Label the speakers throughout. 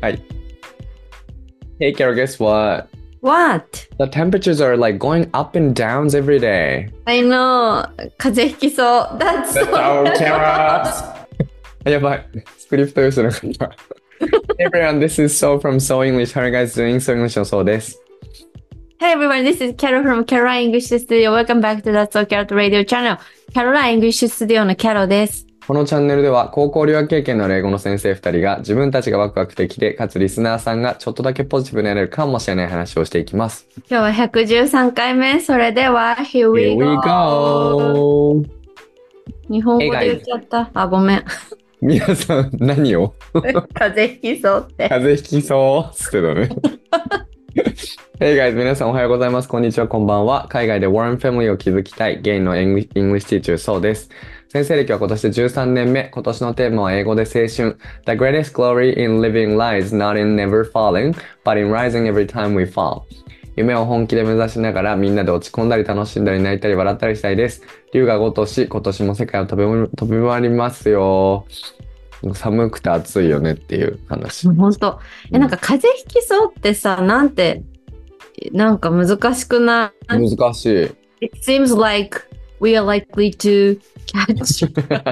Speaker 1: はい。Hey, Carol, guess what?
Speaker 2: What?
Speaker 1: The temperatures are like going up and downs every day.
Speaker 2: I know. 風邪ひきそう。That's so-
Speaker 1: Carol! やばい。スクリプト用意すなかった。Everyone, this is So from So English. How are you guys doing? So English のそうです。
Speaker 2: Hey everyone, this is Carol from Caroline English Studio. Welcome back to That's So Carrot Radio Channel. Caroline English Studio の Carol です。
Speaker 1: このチャンネルでは高校留学経験のある英語の先生2人が自分たちがワクワクできて、かつリスナーさんがちょっとだけポジティブになれるかもしれない話をしていきます。
Speaker 2: 今日は113回目。それでは、Here we
Speaker 1: Here we go!
Speaker 2: go! 日本語で言っちゃった。あ、ごめん。
Speaker 1: 皆さん、何を
Speaker 2: 風邪ひきそうって。
Speaker 1: 風邪ひきそうっつってたね。Hey guys, 皆さんおはようございます。こんにちは、こんばんは。海外で Warm Family を築きたい、ゲイの English English Teacher そうです。先生歴は今年で13年目。今年のテーマは英語で青春。The greatest glory in living lies not in never falling, but in rising every time we fall. 夢を本気で目指しながらみんなで落ち込んだり楽しんだり泣いたり笑ったりしたいです。龍が如し、今年も世界を飛び飛び回りますよ。寒くて暑いよねっていう話。
Speaker 2: ほんと。え、なんか風邪ひきそうってさ、なんて、なんか難しくない
Speaker 1: 難しい。
Speaker 2: It seems like we are likely to catch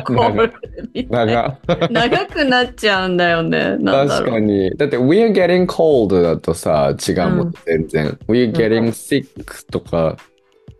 Speaker 2: cold. みたいな
Speaker 1: 長
Speaker 2: 長くなっちゃうんだよね。なんだ
Speaker 1: 確
Speaker 2: ろ
Speaker 1: か
Speaker 2: う。
Speaker 1: に。だって、We're getting cold だとさ、違うも
Speaker 2: うんん
Speaker 1: 全然。We're getting sick とか、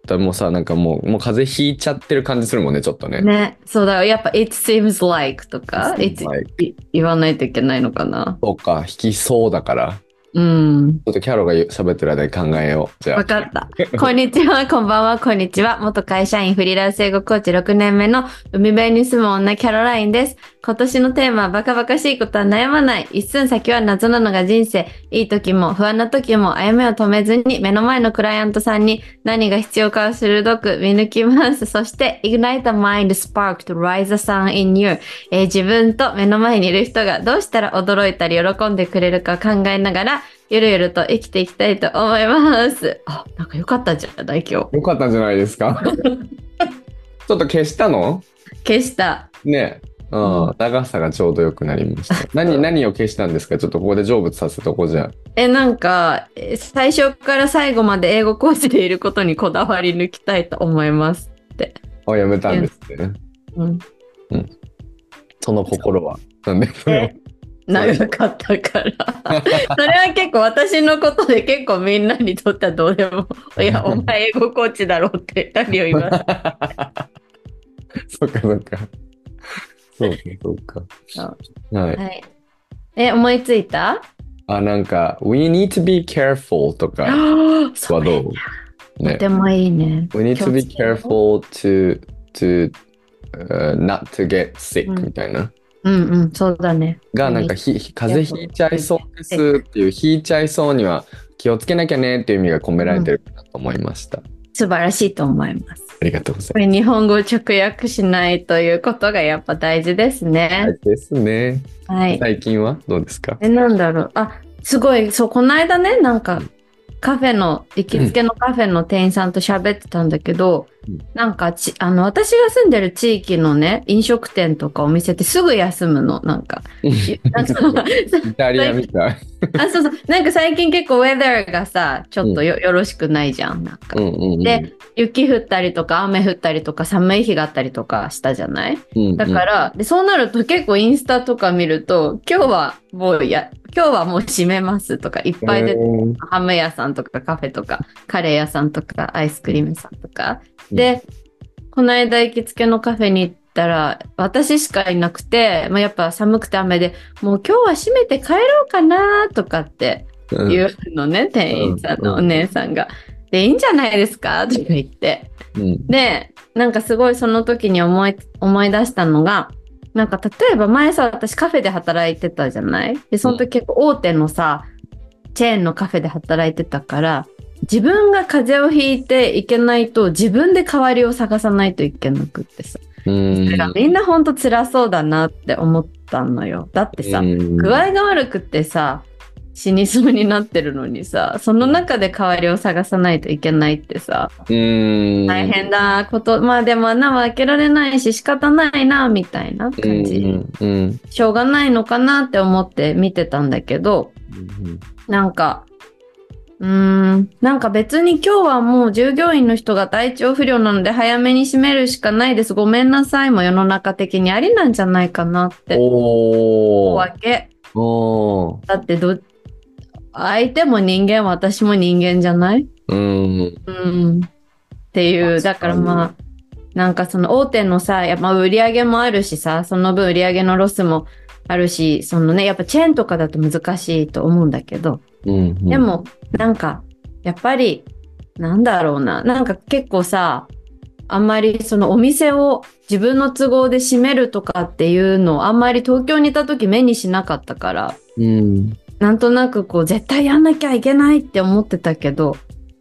Speaker 1: だもうさ、なんかもう、もう風邪ひいちゃってる感じするもんね、ちょっとね。
Speaker 2: ね、そうだよ。やっぱ、it seems like とか、it,
Speaker 1: Like
Speaker 2: い言わないといけないのかな。
Speaker 1: そうか、ひきそうだから。
Speaker 2: うん。
Speaker 1: ちょっとキャロが喋ってる間に考えよう。じゃ
Speaker 2: わ
Speaker 1: あ。
Speaker 2: かった。こんにちは、こんばんは、こんにちは。元会社員フリーランス英語コーチ6年目の海辺に住む女キャロラインです。今年のテーマはバカバカしいことは悩まない。一寸先は謎なのが人生。いい時も不安な時も歩みを止めずに目の前のクライアントさんに何が必要かを鋭く見抜きます。そして、Ignite the Mind Spark to Rise the Sun in You。えー自分と目の前にいる人がどうしたら驚いたり喜んでくれるか考えながら、ゆるゆると生きていきたいと思います。あ、なんか良かったんじゃない今日。
Speaker 1: よかったんじゃないですかちょっと消したの
Speaker 2: 消した。
Speaker 1: ね。うん
Speaker 2: う
Speaker 1: 長さがちょうどよくなりました。何、何を消したんですかちょっとここで成仏させとこうじゃあ。
Speaker 2: え、なんか、えー最初から最後まで英語講師でいることにこだわり抜きたいと思います。
Speaker 1: あ、やめたんですね。
Speaker 2: うん。
Speaker 1: その心は。なんで、
Speaker 2: 長かったから。それは結構私のことで結構みんなにとってはどうでも、いや、お前英語コーチだろうって何を言われ
Speaker 1: そっかそっか。そうかそうか。はい。
Speaker 2: た。はい。え、思いついた
Speaker 1: あ、なんか、We need to be careful と
Speaker 2: あ
Speaker 1: か
Speaker 2: ーそ
Speaker 1: は
Speaker 2: う
Speaker 1: どうね
Speaker 2: と。てもいいね。
Speaker 1: We need to be
Speaker 2: 気をつけろ
Speaker 1: careful to, to、uh, not to get sick
Speaker 2: うん
Speaker 1: みたいな。
Speaker 2: うんうん、そうだね。
Speaker 1: が、なんかひ、ひ風邪ひいちゃいそうですっていう、ひいちゃいそうには気をつけなきゃねっていう意味が込められてるかなと思いました。
Speaker 2: 素晴らしいと思います。
Speaker 1: ありがとうござい
Speaker 2: これ日本語を直訳しないということがやっぱ大事です
Speaker 1: ます
Speaker 2: ね。。
Speaker 1: ですね。
Speaker 2: はい。
Speaker 1: 最近はどうですか
Speaker 2: え、なんだろう。あ、すごい、そう、この間ね、なんか、カフェの、行きつけのカフェの店員さんと喋ってたんだけど、
Speaker 1: うん
Speaker 2: なんかち、あの、私が住んでる地域のね、飲食店とかお店ってすぐ休むの、なんか。 なんかそう
Speaker 1: イタリアみたい。
Speaker 2: あ、そうそう。なんか最近結構ウェザーがさ、ちょっとよ,、よろしくないじゃん、なん
Speaker 1: う
Speaker 2: か。
Speaker 1: んうんうん、
Speaker 2: で、雪降ったりとか雨降ったりとか寒い日があったりとかしたじゃない
Speaker 1: うんうん
Speaker 2: だから、でそうなると結構インスタとか見ると今日はもうや今日はもう閉めますとかいっぱいで、
Speaker 1: うん
Speaker 2: ハム屋さんとかカフェとかカレー屋さんとかアイスクリーム屋さんとかで、この間行きつけのカフェに行ったら私しかいなくて、まあ、やっぱ寒くて雨でもう今日は閉めて帰ろうかなとかって
Speaker 1: うん
Speaker 2: 言うのね、店員さんのお姉さんが。で、いいんじゃないですかとか言って。
Speaker 1: うん
Speaker 2: で、なんかすごいその時に思い、思い出したのが、なんか例えば前さ、私カフェで働いてたじゃないで、その時結構大手のさ、チェーンのカフェで働いてたから、自分が風邪をひいていけないと自分で代わりを探さないといけなくってさ。
Speaker 1: うん
Speaker 2: だからみんなほんと辛そうだなって思ったのよ。だってさ、
Speaker 1: うん
Speaker 2: 具合が悪くってさ死にそうになってるのにさその中で代わりを探さないといけないってさ
Speaker 1: うーん。
Speaker 2: 大変なことまあでも穴は開けられないし仕方ないなみたいな感じ、
Speaker 1: うんうんうん
Speaker 2: しょうがないのかなって思って見てたんだけど
Speaker 1: うん
Speaker 2: なんかうーんなんか別に今日はもう従業員の人が体調不良なので早めに閉めるしかないですごめんなさいも世の中的にありなんじゃないかなって思う
Speaker 1: お
Speaker 2: わ
Speaker 1: ー
Speaker 2: け。
Speaker 1: おー
Speaker 2: だってど相手も人間私も人間じゃない
Speaker 1: うん
Speaker 2: うんっていう
Speaker 1: 確か
Speaker 2: だ
Speaker 1: に
Speaker 2: からまあなんかその大手のさやっぱ売り上げもあるしさその分売り上げのロスもあるしそのねやっぱチェーンとかだと難しいと思うんだけど、
Speaker 1: うんうん
Speaker 2: でもなんかやっぱりなんだろうななんか結構さあんまりそのお店を自分の都合で閉めるとかっていうのをあんまり東京にいた時目にしなかったから
Speaker 1: うん
Speaker 2: なんとなくこう絶対やんなきゃいけないって思ってたけどこ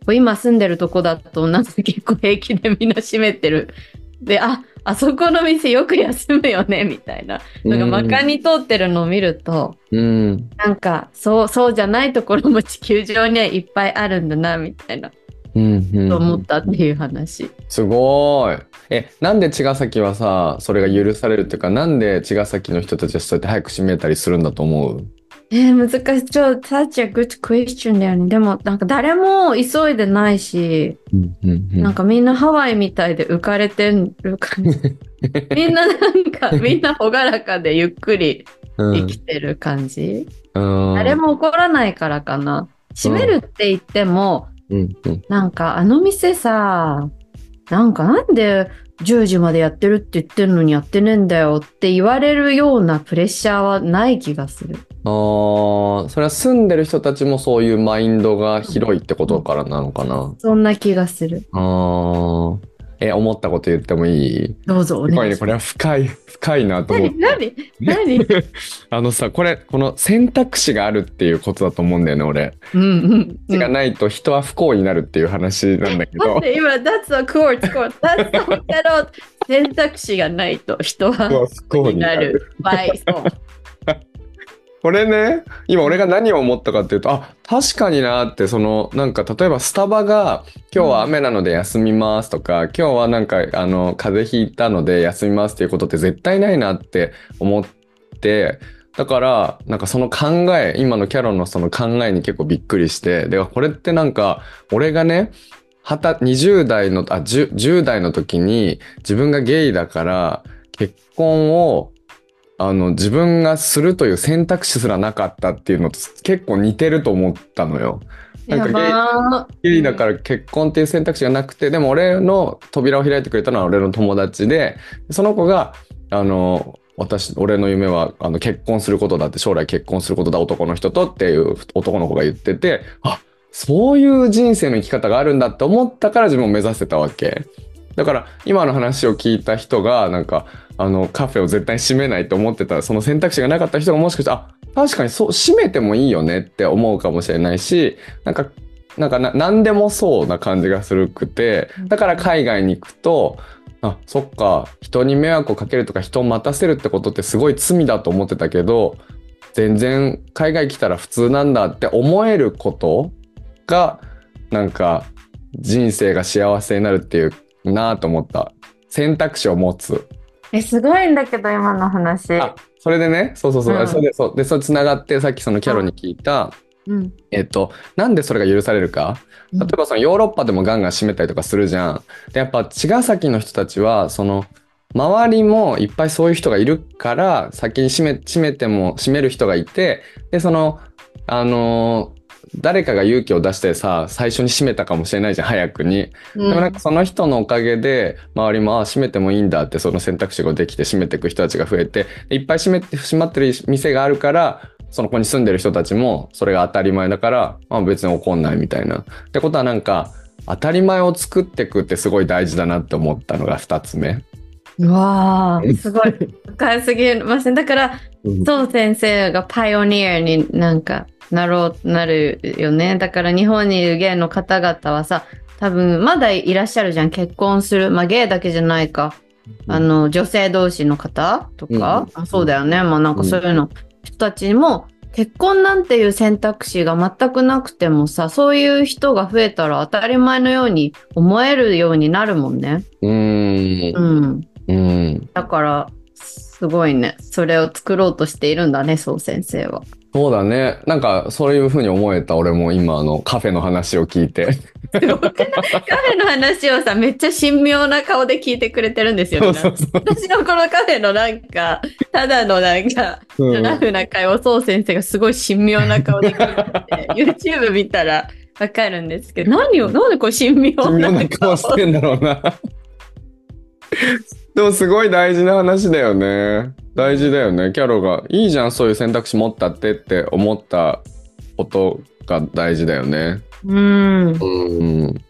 Speaker 2: う今住んでるとこだとなんか結構平気でみんな閉めてるでああそこの店よく休むよねみたいななんかまかに通ってるのを見ると、
Speaker 1: うん
Speaker 2: なんかそうそうじゃないところも地球上にはいっぱいあるんだなみたいな
Speaker 1: うんうん
Speaker 2: と思ったっていう話。
Speaker 1: すごーいえなんで茅ヶ崎はさそれが許されるっていうかなんで茅ヶ崎の人たちはそうやって早く閉めたりするんだと思う
Speaker 2: えー、難しい。ちょ、such a good question だよね。でも、なんか誰も急いでないし、
Speaker 1: うんうんうん
Speaker 2: なんかみんなハワイみたいで浮かれてる感じ。 みんななんか、みんな朗らかでゆっくり
Speaker 1: うん
Speaker 2: 生きてる感じ。
Speaker 1: うん
Speaker 2: 誰も怒らないからかな。閉めるって言っても、
Speaker 1: うんうん
Speaker 2: なんかあの店さ、なんかなんで10時までやってるって言ってるのにやってねえんだよって言われるようなプレッシャーはない気がする。
Speaker 1: あーそれは住んでる人たちもそういうマインドが広いってことからなのかな
Speaker 2: そんな気がする。
Speaker 1: あーえ思ったこと言ってもいい
Speaker 2: どうぞお
Speaker 1: すごい
Speaker 2: 願い
Speaker 1: ね
Speaker 2: し
Speaker 1: こ
Speaker 2: ま
Speaker 1: れは深い深いなと
Speaker 2: す。
Speaker 1: 思っ
Speaker 2: 何
Speaker 1: て
Speaker 2: 何何
Speaker 1: あのさこれこの選択肢があるっていうことだと思うんだよね俺。
Speaker 2: うんうんう
Speaker 1: が
Speaker 2: ん。
Speaker 1: ないと人は不幸になるっていう話なんだけ
Speaker 2: な
Speaker 1: ど
Speaker 2: ん。で今、That's a court, court, that's a hotel 選択肢がないと人は
Speaker 1: 不幸
Speaker 2: にな。る。By そう
Speaker 1: これね今俺が何を思ったかっていうとあ確かになってそのなんか例えばスタバが「今日は雨なので休みます」とか「今日はなんかあの風邪ひいたので休みます」っていうことって絶対ないなって思ってだからなんかその考え今のキャロンのその考えに結構びっくりしてでこれってなんか俺がねはた20代のあ 10, 10代の時に自分がゲイだから結婚をあの自分がするという選択肢すらなかったっていうのと結構似てると思ったのよ。なんか
Speaker 2: や
Speaker 1: ゲイ
Speaker 2: ばー
Speaker 1: ゲイだから結婚っていう選択肢がなくて、でも俺の扉を開いてくれたのは俺の友達でその子があの私俺の夢はあの結婚することだって将来結婚することだ男の人とっていう男の子が言っててあそういう人生の生き方があるんだって思ったから自分を目指せたわけ。だから今の話を聞いた人がなんかあのカフェを絶対閉めないと思ってたその選択肢がなかった人がもしかしたらあ確かにそう閉めてもいいよねって思うかもしれないしなんかなんかな何でもそうな感じがするくてだから海外に行くとあそっか人に迷惑をかけるとか人を待たせるってことってすごい罪だと思ってたけど全然海外来たら普通なんだって思えることがなんか人生が幸せになるっていうなぁと思った選択肢を持つ
Speaker 2: え、すごいんだけど、今の話。
Speaker 1: あそれでねそうそうそう、
Speaker 2: うん
Speaker 1: それでそうでそれつながってさっきそのキャロに聞いた、
Speaker 2: うん。
Speaker 1: えっと、なんでそれが許されるか
Speaker 2: うん
Speaker 1: 例えばそのヨーロッパでもガンガン閉めたりとかするじゃん。でやっぱ茅ヶ崎の人たちはその周りもいっぱいそういう人がいるから先に閉め閉めても閉める人がいてでそのあのー誰かが勇気を出してさ最初に閉めたかもしれないじゃん早くに。でもなんかその人のおかげで周りもあ閉めてもいいんだってその選択肢ができて閉めていく人たちが増えてでいっぱい閉めて閉まってる店があるからその子に住んでる人たちもそれが当たり前だから、まあ、別に怒んないみたいな。ってことはなんか当たり前を作っていくってすごい大事だなって思ったのが2つ目。
Speaker 2: うわーすご い。深いすぎません。だから、そう先生がパイオニアになんかなろう、なるよね。だから日本にいるゲイの方々はさ、多分まだいらっしゃるじゃん。結婚する。まあゲイだけじゃないか。あの、女性同士の方とか、
Speaker 1: うん
Speaker 2: あそうだよね。まあなんかそういうの、人たちも、結婚なんていう選択肢が全くなくてもさ、そういう人が増えたら当たり前のように思えるようになるもんね。
Speaker 1: うーん。
Speaker 2: うん。
Speaker 1: うん。
Speaker 2: だから、すごいね。それを作ろうとしているんだね、そう先生は。
Speaker 1: そうだね。なんか、そういうふうに思えた俺も今、あの、カフェの話を聞いて。
Speaker 2: すごくないカフェの話をさ、めっちゃ神妙な顔で聞いてくれてるんです
Speaker 1: そ
Speaker 2: よね。
Speaker 1: うそうそう。
Speaker 2: 私のこのカフェのなんか、ただのなんか、
Speaker 1: うん
Speaker 2: ラフな会をそう先生がすごい神妙な顔で聞いてて、YouTube 見たらわかるんですけど、何を、なんでこう神妙
Speaker 1: 君の
Speaker 2: な
Speaker 1: 仲
Speaker 2: 顔
Speaker 1: 間してんだろうな。でもすごい大事な話だよね。大事だよね。キャロがいいじゃん、そういう選択肢持ったってって思ったことが大事だよね。
Speaker 2: うん。
Speaker 1: うん。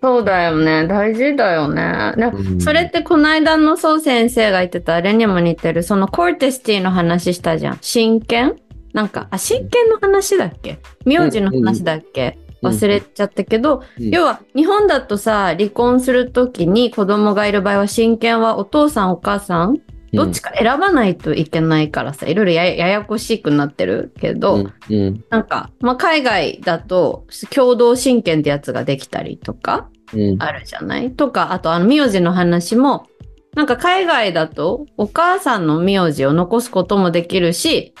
Speaker 2: そうだよね。大事だよね。な
Speaker 1: うん
Speaker 2: それってこの間のそう先生が言ってたあれにも似てる、そのコーテスティの話したじゃん。真剣なんか、あ、真剣の話だっけ名字の話だっけ、
Speaker 1: うんうん
Speaker 2: 忘れちゃったけど、
Speaker 1: うん
Speaker 2: 要は日本だとさ、離婚するときに子供がいる場合は真剣はお父さんお母さんどっちか選ばないといけないからさ、いろいろやややこしくなってるけど、
Speaker 1: うんうん
Speaker 2: なんか、まあ、海外だと共同親権ってやつができたりとか、
Speaker 1: うん
Speaker 2: あるじゃないとか、あとあの名字の話も、なんか海外だとお母さんの名字を残すこともできるし、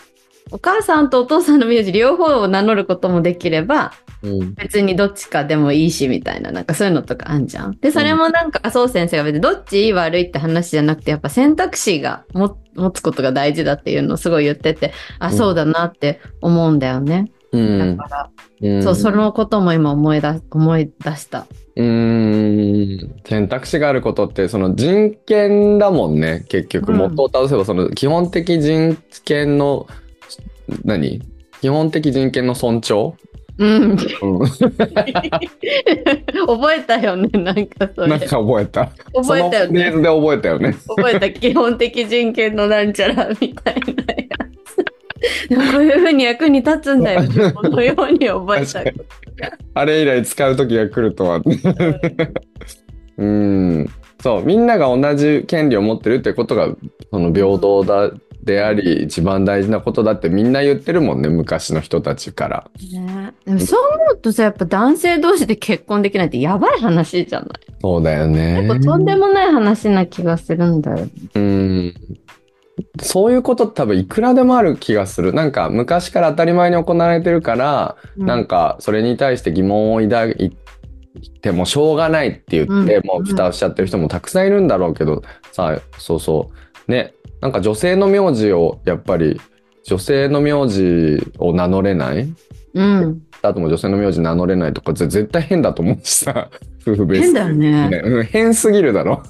Speaker 2: お母さんとお父さんの名字両方を名乗ることもできれば、
Speaker 1: うん
Speaker 2: 別にどっちかでもいいしみたいな、なんかそういうのとかあんじゃん。で、それもなんか、そう先生が別にどっちいい悪いって話じゃなくて、やっぱ選択肢がも持つことが大事だっていうのをすごい言ってて、あ、
Speaker 1: うん
Speaker 2: そうだなって思うんだよね。
Speaker 1: うん
Speaker 2: だから、
Speaker 1: うん
Speaker 2: そう、そのことも今思い出、思い出した。
Speaker 1: うーん選択肢があることってその人権だもんね結局
Speaker 2: うん
Speaker 1: 元を倒せばその基本的人権の何基本的人権の尊重、
Speaker 2: うん。
Speaker 1: うん、
Speaker 2: 覚えたよね、なんかそれ。
Speaker 1: なんか覚えた
Speaker 2: 覚えた
Speaker 1: そ。の
Speaker 2: よね
Speaker 1: フレーズで覚えたよね
Speaker 2: 覚えた基本的人権のなんちゃらみたいなやつ。で もこういうふうに役に立つん だよね。このように覚えたこ
Speaker 1: あれ以来使う時が来るとは うんそうみんなが同じ権利を持ってるってことがその平等だであり一番大事なことだってみんな言ってるもんね昔の人たちから。
Speaker 2: と。ね、でもそう思うとさ、やっぱ男性同士で結婚できないってやばい話じゃない
Speaker 1: そうだよね。
Speaker 2: 結構とんでもない話な気がするんだよ。
Speaker 1: うん。そういうことって多分いくらでもある気がする。なんか昔から当たり前に行われてるから、なんか
Speaker 2: か、
Speaker 1: それに対して疑問を抱いてもしょうがないって言って、
Speaker 2: うん
Speaker 1: もう蓋をしちゃってる人もたくさんいるんだろうけど、さあ、そうそう。ね、なんか女性の名字をやっぱり女性の名字を名乗れない
Speaker 2: うん。
Speaker 1: あとも女性の名字名乗れないとかぜ絶対変だと思うしさ、 夫婦別
Speaker 2: 変だよね。
Speaker 1: ねうん変すぎるだろ。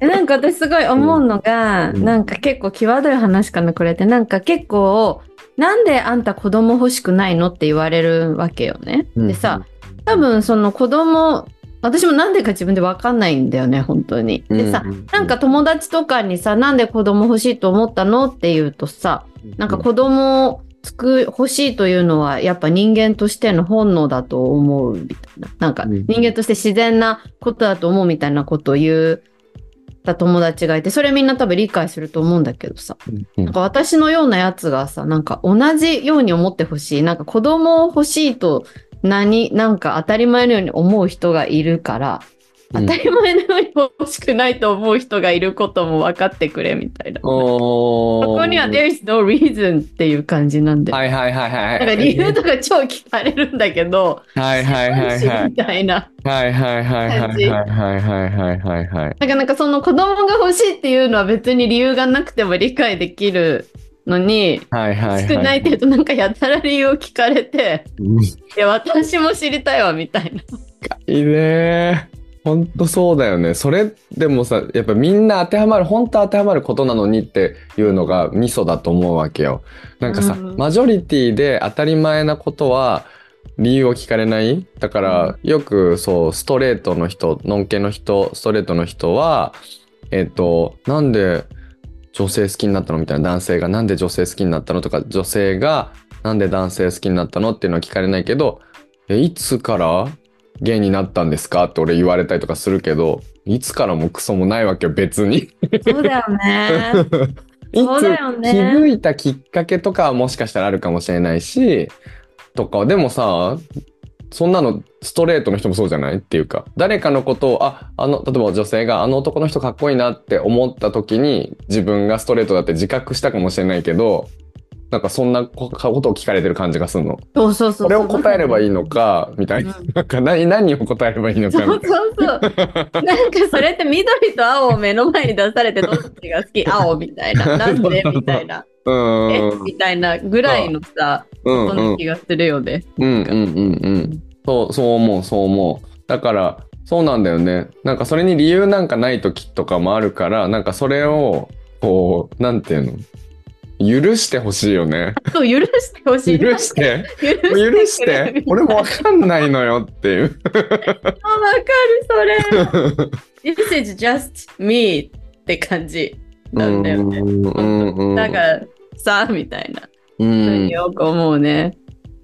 Speaker 2: えなんか私すごい思うのが、
Speaker 1: うん
Speaker 2: なんか結構際どい話かなこれってなんか結構なんであんた子供欲しくないのって言われるわけよね。でさ多分その子供私もなんでか自分で分かんないんだよね本当に。
Speaker 1: うん、
Speaker 2: でさ、
Speaker 1: う
Speaker 2: なんか、友達とかにさなんで子供欲しいと思ったのって言うとさなんか子供をつく欲しいというのはやっぱ人間としての本能だと思うみたいな。なんか
Speaker 1: うん
Speaker 2: 人間として自然なことだと思うみたいなことを言った友達がいて、それみんな多分理解すると思うんだけどさ。
Speaker 1: うん、
Speaker 2: なんか私のようなやつがさ、なんか同じように思ってほしい。なんか子供を欲しいと何、なんか当たり前のように思う人がいるから、
Speaker 1: うん
Speaker 2: 当たり前のように欲しくないと思う人がいることも分かってくれみたいな。そ
Speaker 1: おー
Speaker 2: こには there is no reason っていう感じなんで。
Speaker 1: はいはいはいはい。
Speaker 2: なんか理由とか超聞かれるんだけど、
Speaker 1: はいはいはいは
Speaker 2: 何し
Speaker 1: い
Speaker 2: み。たいな。
Speaker 1: はいはいはいはいはいはいはいはいはい。
Speaker 2: なかなかその子供が欲しいっていうのは別に理由がなくても理解できるのに、
Speaker 1: はいはい。
Speaker 2: 少ないっていうとなんかやたら理由を聞かれて、
Speaker 1: うん。
Speaker 2: いや、私も知りたいわみたいな。
Speaker 1: いいねー。ほんとそうだよね。それでもさ、やっぱみんな当てはまる、本当当てはまることなのにっていうのがミソだと思うわけよ。なんかさ、
Speaker 2: うん
Speaker 1: マジョリティで当たり前なことは理由を聞かれないだから、よくそう、ストレートの人、のんけの人、ストレートの人は、えっ、と、なんで女性好きになったのみたいな男性がなんで女性好きになったのとか、女性がなんで男性好きになったのっていうのは聞かれないけど、えいつからゲイになったんですかって俺言われたりとかするけどいつからもクソもないわけよ別に
Speaker 2: そうだよね。
Speaker 1: い
Speaker 2: そう
Speaker 1: つ
Speaker 2: だよね
Speaker 1: 気づいたきっかけとかはもしかしたらあるかもしれないしとかでもさそんなのストレートの人もそうじゃないっていうか誰かのことをああの例えば女性があの男の人かっこいいなって思った時に自分がストレートだって自覚したかもしれないけどなんかそんなこことを聞かれてる感じがするの。
Speaker 2: そうそうそう。
Speaker 1: これを答えればいいのかみたいな,、
Speaker 2: う
Speaker 1: なんか何何を答えればいいのか
Speaker 2: そ
Speaker 1: み
Speaker 2: う
Speaker 1: たいな。
Speaker 2: そうそう。なんかそれって緑と青を目の前に出されてどっちが好き青みたいな。なんでみたいな。
Speaker 1: うん
Speaker 2: えみたいなぐらいのさ、
Speaker 1: うん
Speaker 2: そん
Speaker 1: うん
Speaker 2: な気がするよね。
Speaker 1: うんうんうんうん。そう、そう思う、そう思う。だから、そうなんだよね。なんかそれに理由なんかない時とかもあるから、なんかそれを、こう、なんていうの許してほしいよね。
Speaker 2: そう、許してほし
Speaker 1: 許
Speaker 2: い。
Speaker 1: して。
Speaker 2: 許して
Speaker 1: 許
Speaker 2: くれる
Speaker 1: して。俺もわかんないのよっていう。
Speaker 2: あわかる、それ。This is just me って感じなんだよね。
Speaker 1: うんうんうん。
Speaker 2: だから、さ、みたいな。
Speaker 1: う
Speaker 2: ふうんに。よく思うね。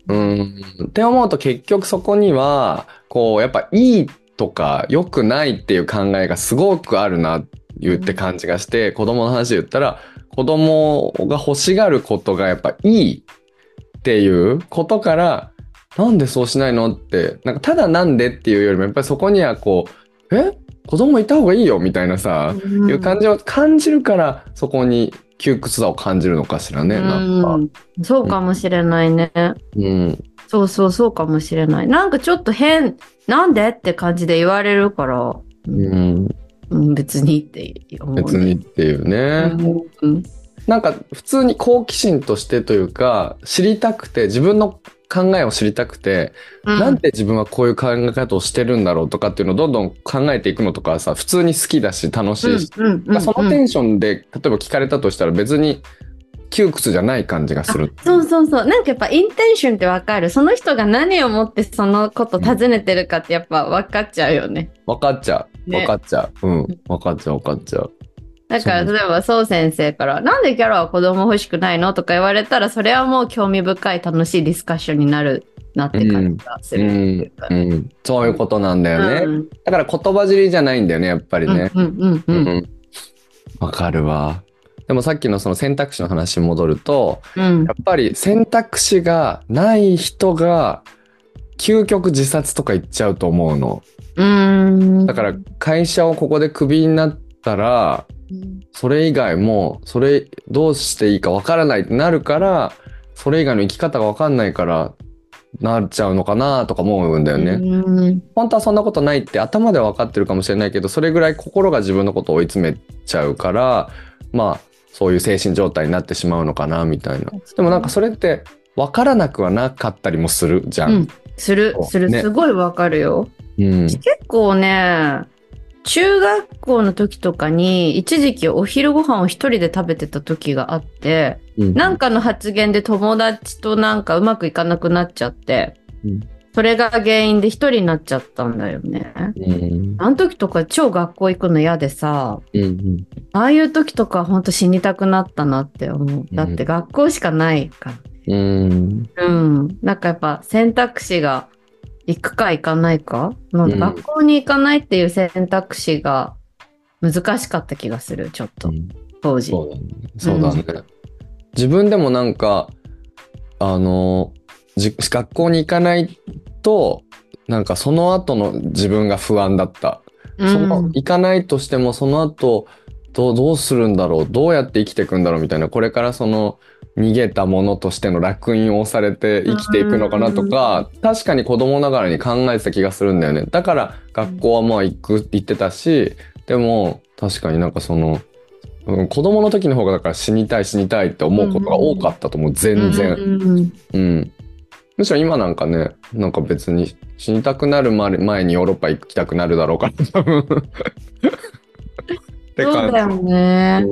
Speaker 1: うん。って思うと結局そこには、こう、やっぱいいとか良くないっていう考えがすごくあるな、言って感じがして、子供の話で言ったら、子供が欲しがることがやっぱいいっていうことから、なんでそうしないのって、なんかただなんでっていうよりも、やっぱりそこにはこう、え子供いた方がいいよみたいなさ、
Speaker 2: い
Speaker 1: いう感じを感じるから、そこに窮屈さを感じるのかしらね、なんか。
Speaker 2: うん、そうかもしれないね。
Speaker 1: うん。
Speaker 2: そうそうそうかもしれない。なんかちょっと変、なんでって感じで言われるから、
Speaker 1: うん
Speaker 2: うん、別にって思う。
Speaker 1: 別にっていうね、
Speaker 2: うん。
Speaker 1: なんか普通に好奇心としてというか知りたくて自分の考えを知りたくて、
Speaker 2: うん、
Speaker 1: なんで自分はこういう考え方をしてるんだろうとかっていうのをどんどん考えていくのとかさ普通に好きだし楽しいし、
Speaker 2: うんうんうんうん
Speaker 1: そのテンションで例えば聞かれたとしたら別に窮屈じゃない感じがする。
Speaker 2: そうそうそう。なんかやっぱインテンションってわかる。その人が何をもってそのこと尋ねてるかってやっぱ分かっちゃうよね。
Speaker 1: 分かっちゃう
Speaker 2: ね
Speaker 1: 分かっちゃう、うん分かっちゃう分かっちゃう。
Speaker 2: だから
Speaker 1: そう
Speaker 2: 例えばそう先生から「なんでキャラは子供欲しくないの?」とか言われたらそれはもう興味深い楽しいディスカッションになるなって感じがす
Speaker 1: う
Speaker 2: るってい
Speaker 1: ん
Speaker 2: うか。
Speaker 1: うん、そういうことなんだよね、
Speaker 2: うん
Speaker 1: だから言葉尻じゃないんだよねやっぱりね。
Speaker 2: うんうん
Speaker 1: う
Speaker 2: うんうん
Speaker 1: んわかるわ。でもさっきのその選択肢の話に戻ると、
Speaker 2: うん
Speaker 1: やっぱり選択肢がない人が、究極自殺とか言っちゃうと思うの。
Speaker 2: うん
Speaker 1: だから会社をここでクビになったら、それ以外もう、それどうしていいかわからないってなるから、それ以外の生き方がわかんないから、なっちゃうのかなとか思うんだよね。
Speaker 2: うん
Speaker 1: 本当はそんなことないって頭では分かってるかもしれないけどそれぐらい心が自分のことを追い詰めちゃうからまあそういう精神状態になってしまうのかなみたいなでもなんかそれって分からなくはなかったりもするじゃ
Speaker 2: うん
Speaker 1: ん、
Speaker 2: する
Speaker 1: そう
Speaker 2: する
Speaker 1: ね
Speaker 2: すごいわかるよ。
Speaker 1: うん
Speaker 2: 結構ね中学校の時とかに一時期お昼ご飯を一人で食べてた時があって。
Speaker 1: うん、
Speaker 2: なんかの発言で友達となんかうまくいかなくなっちゃって、
Speaker 1: うん
Speaker 2: それが原因で一人になっちゃったんだよね。
Speaker 1: うん
Speaker 2: あの時とか超学校行くの嫌でさ、
Speaker 1: うん
Speaker 2: ああいう時とかほんと死にたくなったなって思う。だって学校しかないか
Speaker 1: うん
Speaker 2: ら。うん。なんかやっぱ選択肢が行くか行かないか、なんか
Speaker 1: うん
Speaker 2: 学校に行かないっていう選択肢が難しかった気がする、ちょっと、当時。
Speaker 1: そうだねそうだね、自分でもなんかあのじ学校に行かないとなんかその後の自分が不安だった
Speaker 2: うん
Speaker 1: その行かないとしてもその後どうどうするんだろうどうやって生きていくんだろうみたいなこれからその逃げたものとしての烙印を押されて生きていくのかなとか確かに子供ながらに考えてた気がするんだよねだから学校はまあ行く行ってたしでも確かになんかその、うん、子供の時の方がだから死にたい死にたいって思うことが多かったと思う全然。
Speaker 2: うん
Speaker 1: うん。むしろ今なんかね、なんか別に死にたくなるまで前にヨーロッパ行きたくなるだろうから、多分。って
Speaker 2: そうだよ
Speaker 1: 感
Speaker 2: ね。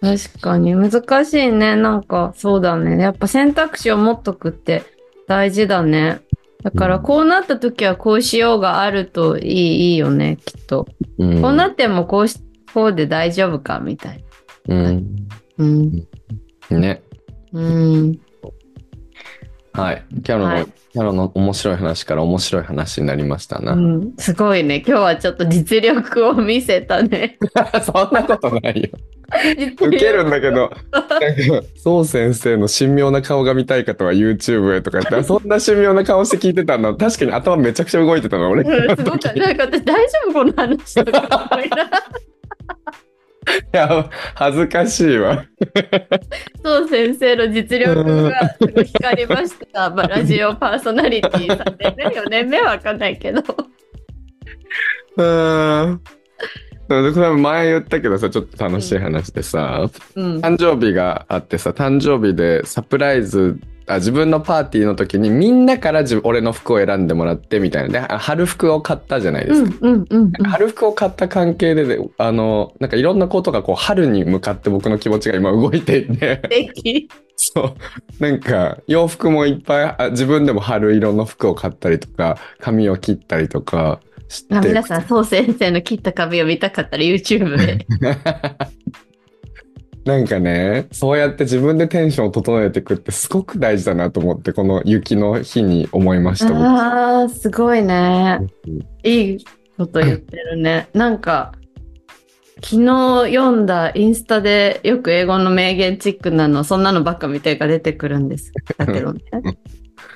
Speaker 2: 確かに難しいね。なんかそうだね。やっぱ選択肢を持っとくって大事だね。だから
Speaker 1: うん
Speaker 2: こうなった時はこうしようがあるといいいいよね、きっと。
Speaker 1: じ。うん
Speaker 2: こうなってもこうし、こうで大丈夫かみたい
Speaker 1: うん。
Speaker 2: な。うん。
Speaker 1: ね。
Speaker 2: うん。
Speaker 1: はい。キャロの、
Speaker 2: はい
Speaker 1: キャロの面白い話から面白い話になりましたな。
Speaker 2: うん、すごいね。今日はちょっと実力を見せたね。
Speaker 1: そんなことないよ。
Speaker 2: 実
Speaker 1: ウケ
Speaker 2: 力
Speaker 1: るんだけ ど、なんか、そう先生の神妙な顔が見たい方は YouTube へとか言ったら、そんな神妙な顔して聞いてたの、確かに頭めちゃくちゃ動いてたの、俺。
Speaker 2: うんすごくなんか私大丈夫この話とか思いながら
Speaker 1: いや、恥ずかしいわ。
Speaker 2: そう先生の実力がすごい光りま した。まあラジオパーソナリティさんでね、4年目はわかんないけど。
Speaker 1: うーん。でもこれ前言ったけどさ、ちょっと楽しい話でさ、
Speaker 2: うん。
Speaker 1: 誕生日があってさ、誕生日でサプライズ、あ自分のパーティーの時にみんなから自俺の服を選んでもらってみたいなであ春服を買ったじゃないで
Speaker 2: う
Speaker 1: すか。
Speaker 2: んうんうんうん。
Speaker 1: 春服を買った関係でで、あの、なんかいろんなことがこう春に向かって僕の気持ちが今動いていて、
Speaker 2: 素敵。
Speaker 1: そう、なんか洋服もいっぱい、あ自分でも春色の服を買ったりとか、髪を切ったりとかして。
Speaker 2: まあ皆さん、そう先生の切った髪を見たかったら YouTube で。
Speaker 1: なんかね、そうやって自分でテンションを整えていくってすごく大事だなと思って、この雪の日に思いました。僕
Speaker 2: ああ、すごいね。
Speaker 1: うん
Speaker 2: いいこと言ってるね。なんか、昨日読んだインスタでよく英語の名言チックなの、そんなのばっかみたいが出てくるんです。だけどね。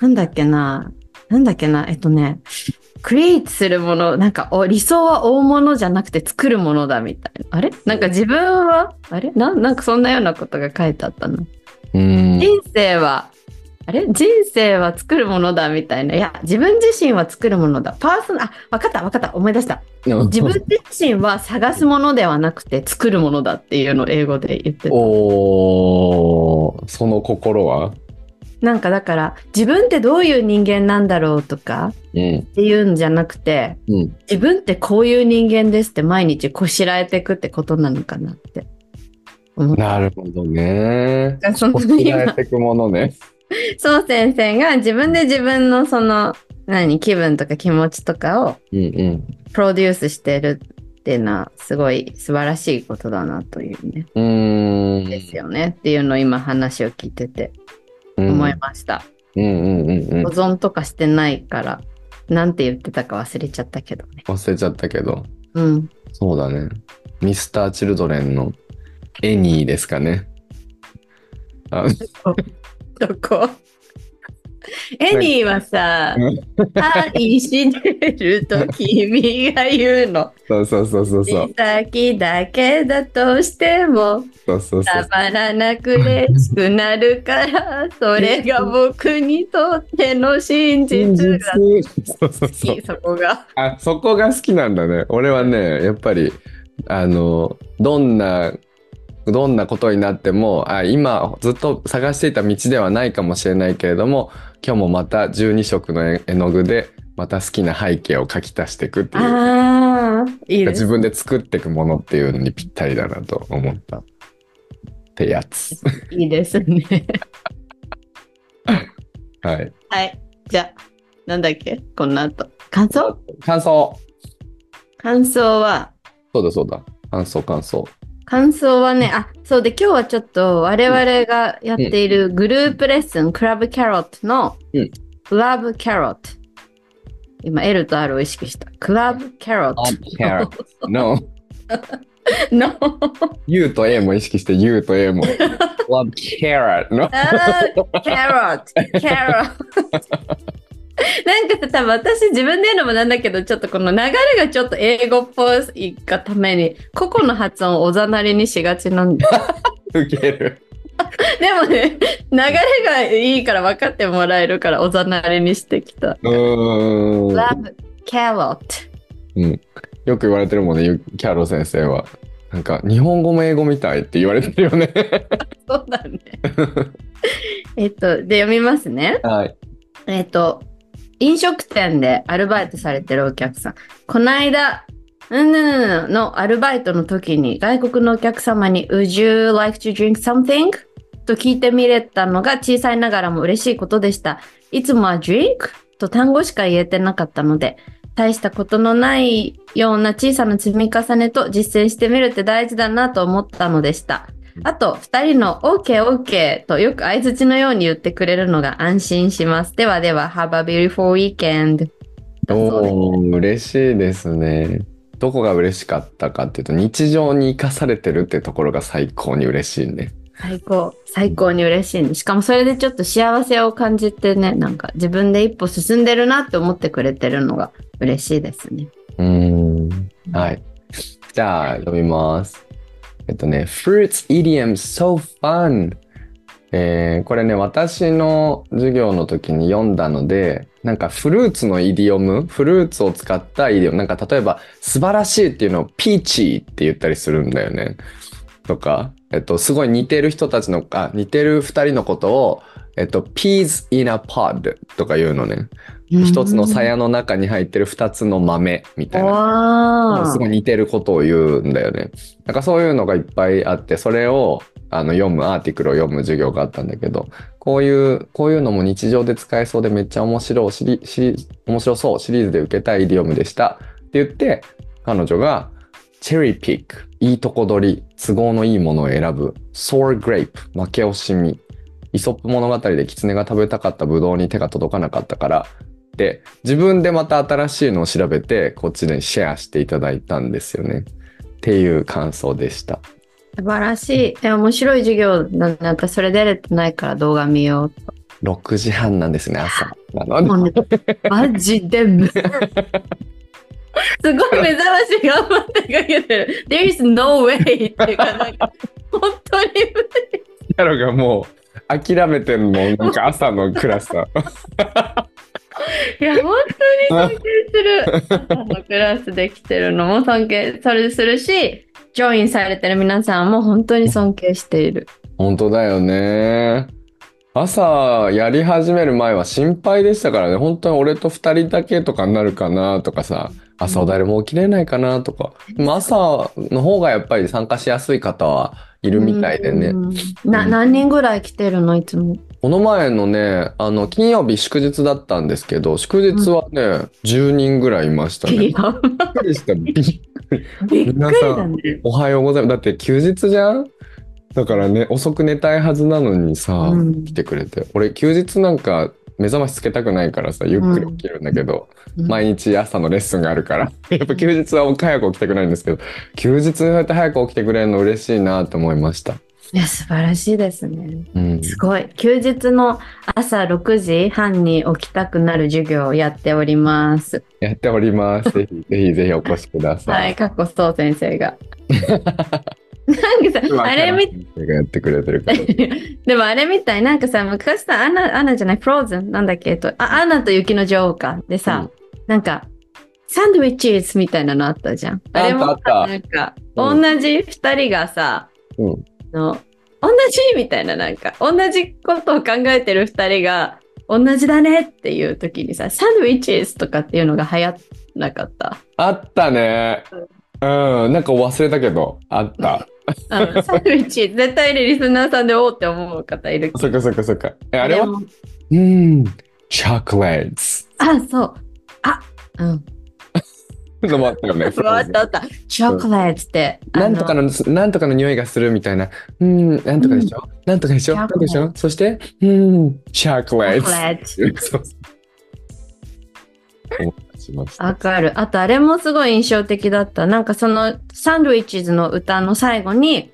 Speaker 2: なんだっけな。なんだっけな。えっとね、クリエイトするもの、なんかお理想は大物じゃなくて作るものだみたいな。あれなんか自分は、あれなんなんかそんなようなことが書いてあったの。
Speaker 1: うん
Speaker 2: 人生はあれ人生は作るものだみたいないや自分自身は作るものだパーソナあ分かった分かった思い出した自分自身は探すものではなくて作るものだっていうのを英語で言ってた
Speaker 1: おーその心は
Speaker 2: なんかだから自分ってどういう人間なんだろうとか
Speaker 1: うん。
Speaker 2: っていうんじゃなくて
Speaker 1: うん。
Speaker 2: 自分ってこういう人間ですって毎日こしらえていくってことなのかなって思った
Speaker 1: なるほどね。
Speaker 2: そん
Speaker 1: こ
Speaker 2: な
Speaker 1: し
Speaker 2: に今
Speaker 1: らえていくものね。
Speaker 2: そう先生が自分で自分のその何気分とか気持ちとかを
Speaker 1: うんうん。
Speaker 2: プロデュースしてるっていうのはすごい素晴らしいことだなというね、
Speaker 1: うーん。
Speaker 2: ですよねっていうのを今話を聞いてて
Speaker 1: うん。
Speaker 2: 思いました、
Speaker 1: うんうんうんうん
Speaker 2: 保。存とかしてないからなんて言ってたか忘れちゃったけどね
Speaker 1: 忘れちゃったけど。
Speaker 2: うん
Speaker 1: そうだね。ミスター・チルドレンのエニーですかね。あ
Speaker 2: どこエニーはさ
Speaker 1: うん
Speaker 2: 「愛してると君が言うの
Speaker 1: そうそうそうそうそう。
Speaker 2: 先だけだとしても
Speaker 1: そうそうそ
Speaker 2: た
Speaker 1: う。
Speaker 2: まらなく嬉しくなるから、それが僕にとっての真実だ。
Speaker 1: そうそうそう
Speaker 2: 好き。そこが。
Speaker 1: あそこが好きなんだね。俺はね、やっぱり、あの、どんな、どんなことになっても、あ今ずっと探していた道ではないかもしれないけれども、今日もまた12色の絵絵の具で、また好きな背景を描き足していくっていう。
Speaker 2: ああ、いいです
Speaker 1: 自。分で作っていくものっていうのにぴったりだなと思った。ってやつ。
Speaker 2: いいですね。
Speaker 1: はい。
Speaker 2: はい。じゃあ、なんだっけこの後。感想
Speaker 1: 感想
Speaker 2: 感想は、
Speaker 1: そうだそうだ。感想感想。
Speaker 2: 感想はね、あ、そうで、今日はちょっと我々がやっているグループレッスン、クラブキャロットの、
Speaker 1: うん
Speaker 2: クラブキャロット。今、L と R を意識した。クラブキャロット。
Speaker 1: キャロッ No.
Speaker 2: No.
Speaker 1: U と A も意識して U と A も。Love carrot の。
Speaker 2: あ ーキャロット、キャロット。なんかさ多分私自分で言うのもなんだけどちょっとこの流れがちょっと英語っぽいがために個々の発音をおざなりにしがちな んで
Speaker 1: ウケる。
Speaker 2: でもね流れがいいから分かってもらえるからおざなりにしてきた
Speaker 1: うーん。
Speaker 2: Love Carrot
Speaker 1: よく言われてるもんね、ゆキャロ先生は。なんか、日本語も英語みたいって言われてるよね。
Speaker 2: そうだねえっとで読みますね
Speaker 1: はい。
Speaker 2: えっ、と、飲食店でアルバイトされてるお客さん。こないだ、うんぬんのアルバイトの時に外国のお客様に Would you like to drink something? と聞いてみれたのが小さいながらも嬉しいことでした。いつもは drink? と単語しか言えてなかったので、大したことのないような小さな積み重ねと実践してみるって大事だなと思ったのでした。あと、二人の OKOK、OK, とよく相づちのように言ってくれるのが安心します。ではでは、Have a beautiful weekend. だそうで す
Speaker 1: おー嬉しいですね。どこが嬉しかったかっていうと日常に生かされてるってところが最高に嬉しいね。
Speaker 2: 最高、最高に嬉しいね。しかもそれでちょっと幸せを感じてね、なんか自分で一歩進んでるなって思ってくれてるのが嬉しいですね。
Speaker 1: うーん。はい。じゃあ、読みます。えっとね、Fruits Idiom So Fun! えーこれね、私の授業の時に読んだので、なんかフルーツのイディオム、フルーツを使ったイディオム、なんか例えば、素晴らしいっていうのをピーチーって言ったりするんだよね。とか、えっと、すごい似てる人たちの、あ、似てる二人のことを、えっと、peas in a pod とか言うのね。一つの
Speaker 2: や
Speaker 1: 鞘の中に入ってる二つの豆みたいな。
Speaker 2: わ
Speaker 1: すごい似てることを言うんだよね。なんかそういうのがいっぱいあって、それをあの読むアーティクルを読む授業があったんだけど、こういう、こういうのも日常で使えそうでめっちゃ面白いシリ、シリ面白そう、シリーズで受けたいイディオムでしたって言って、彼女が、チェリーピック、いいとこ取り、都合のいいものを選ぶ、ソーグレイプ、負け惜しみ、イソップ物語で狐が食べたかったブドウに手が届かなかったから、で、自分でまた新しいのを調べて、こっちでシェアしていただいたんですよね。っていう感想でした。
Speaker 2: 素晴らしい。え面白い授業なんだ私それ出れてないから動画見よう。
Speaker 1: 6時半なんですね、朝。なの
Speaker 2: もうねマジでむすごい目覚まし頑張ってかけてる。There is no way っていうか、なんか、本当に
Speaker 1: で、キャロがもう諦めてるの、なんか朝のクラスだ。
Speaker 2: いや、本当に尊敬する。朝のクラスできてるのも尊敬、それするし、ジョインされてる皆さんも本当に尊敬している。
Speaker 1: 本当だよね。朝やり始める前は心配でしたからね。本当に俺と2人だけとかになるかなとかさ、朝誰も起きれないかなとか。でも朝の方がやっぱり参加しやすい方はいるみたいでね。
Speaker 2: うん。な、何人ぐらい来てるのいつも。
Speaker 1: この前のね、あの、金曜日祝日だったんですけど、祝日はね、10人ぐらいいましたね。
Speaker 2: い
Speaker 1: びっ
Speaker 2: や
Speaker 1: くり した。びっ
Speaker 2: びっくりだね。
Speaker 1: おはようございます。だって休日じゃんだからね、遅く寝たいはずなのにさ、
Speaker 2: うん
Speaker 1: 来てくれて。俺、休日なんか目覚ましつけたくないからさ、ゆっくり起きるんだけど、
Speaker 2: うん
Speaker 1: 毎日朝のレッスンがあるから。 やっぱ休日は早く起きたくないんですけど、休日にそうやって早く起きてくれるの嬉しいなと思いました。
Speaker 2: いや、素晴らしいですね。
Speaker 1: うん。
Speaker 2: すごい。休日の朝6時半に起きたくなる授業をやっております。
Speaker 1: やっております。ぜひぜひぜひお越しください。
Speaker 2: はい、かっこそう先生 が。なんかさ、あれみ
Speaker 1: たいやってくれてるから。
Speaker 2: でもあれみたい、なんかさ、昔さ、アナ、アナじゃない、フローズン、なんだっけ、えっと、あアナと雪の女王か。でさ、なんか、サンドウィッチーズみたいなのあったじゃん。
Speaker 1: あ
Speaker 2: あれも
Speaker 1: あ
Speaker 2: さ
Speaker 1: ったあった
Speaker 2: なんか、
Speaker 1: うん
Speaker 2: 同じ二人がさ、
Speaker 1: うん
Speaker 2: あの、同じみたいな、なんか、同じことを考えてる二人が、同じだねっていう時にさ、サンドウィッチーズとかっていうのが流行んなかった。
Speaker 1: あったね。うん、なんか忘れたけど、あった。
Speaker 2: あ のサンドウィッチーズ、絶対にリスナーさんでおうって思う方いるけど
Speaker 1: そっかそっかそっか。え、あれは
Speaker 2: も
Speaker 1: うん、チョコレー
Speaker 2: あ、そう。あ、うん。
Speaker 1: ト。のもあったよね。
Speaker 2: う わあったあった。チョコレートって。
Speaker 1: なんとか
Speaker 2: の。
Speaker 1: の、なんとかの匂いがするみたいな。うん、なんとかでしょなんとかでしょ
Speaker 2: チ
Speaker 1: なん
Speaker 2: ョ
Speaker 1: とかで
Speaker 2: コレート
Speaker 1: しょそして、うん、チョコ
Speaker 2: チ
Speaker 1: レ
Speaker 2: ョ
Speaker 1: ー
Speaker 2: コ
Speaker 1: ト。
Speaker 2: レート。
Speaker 1: そうそう。思い出しました
Speaker 2: わかる。あと、あれもすごい印象的だった。なんかその、サンドウィッチズの歌の最後に、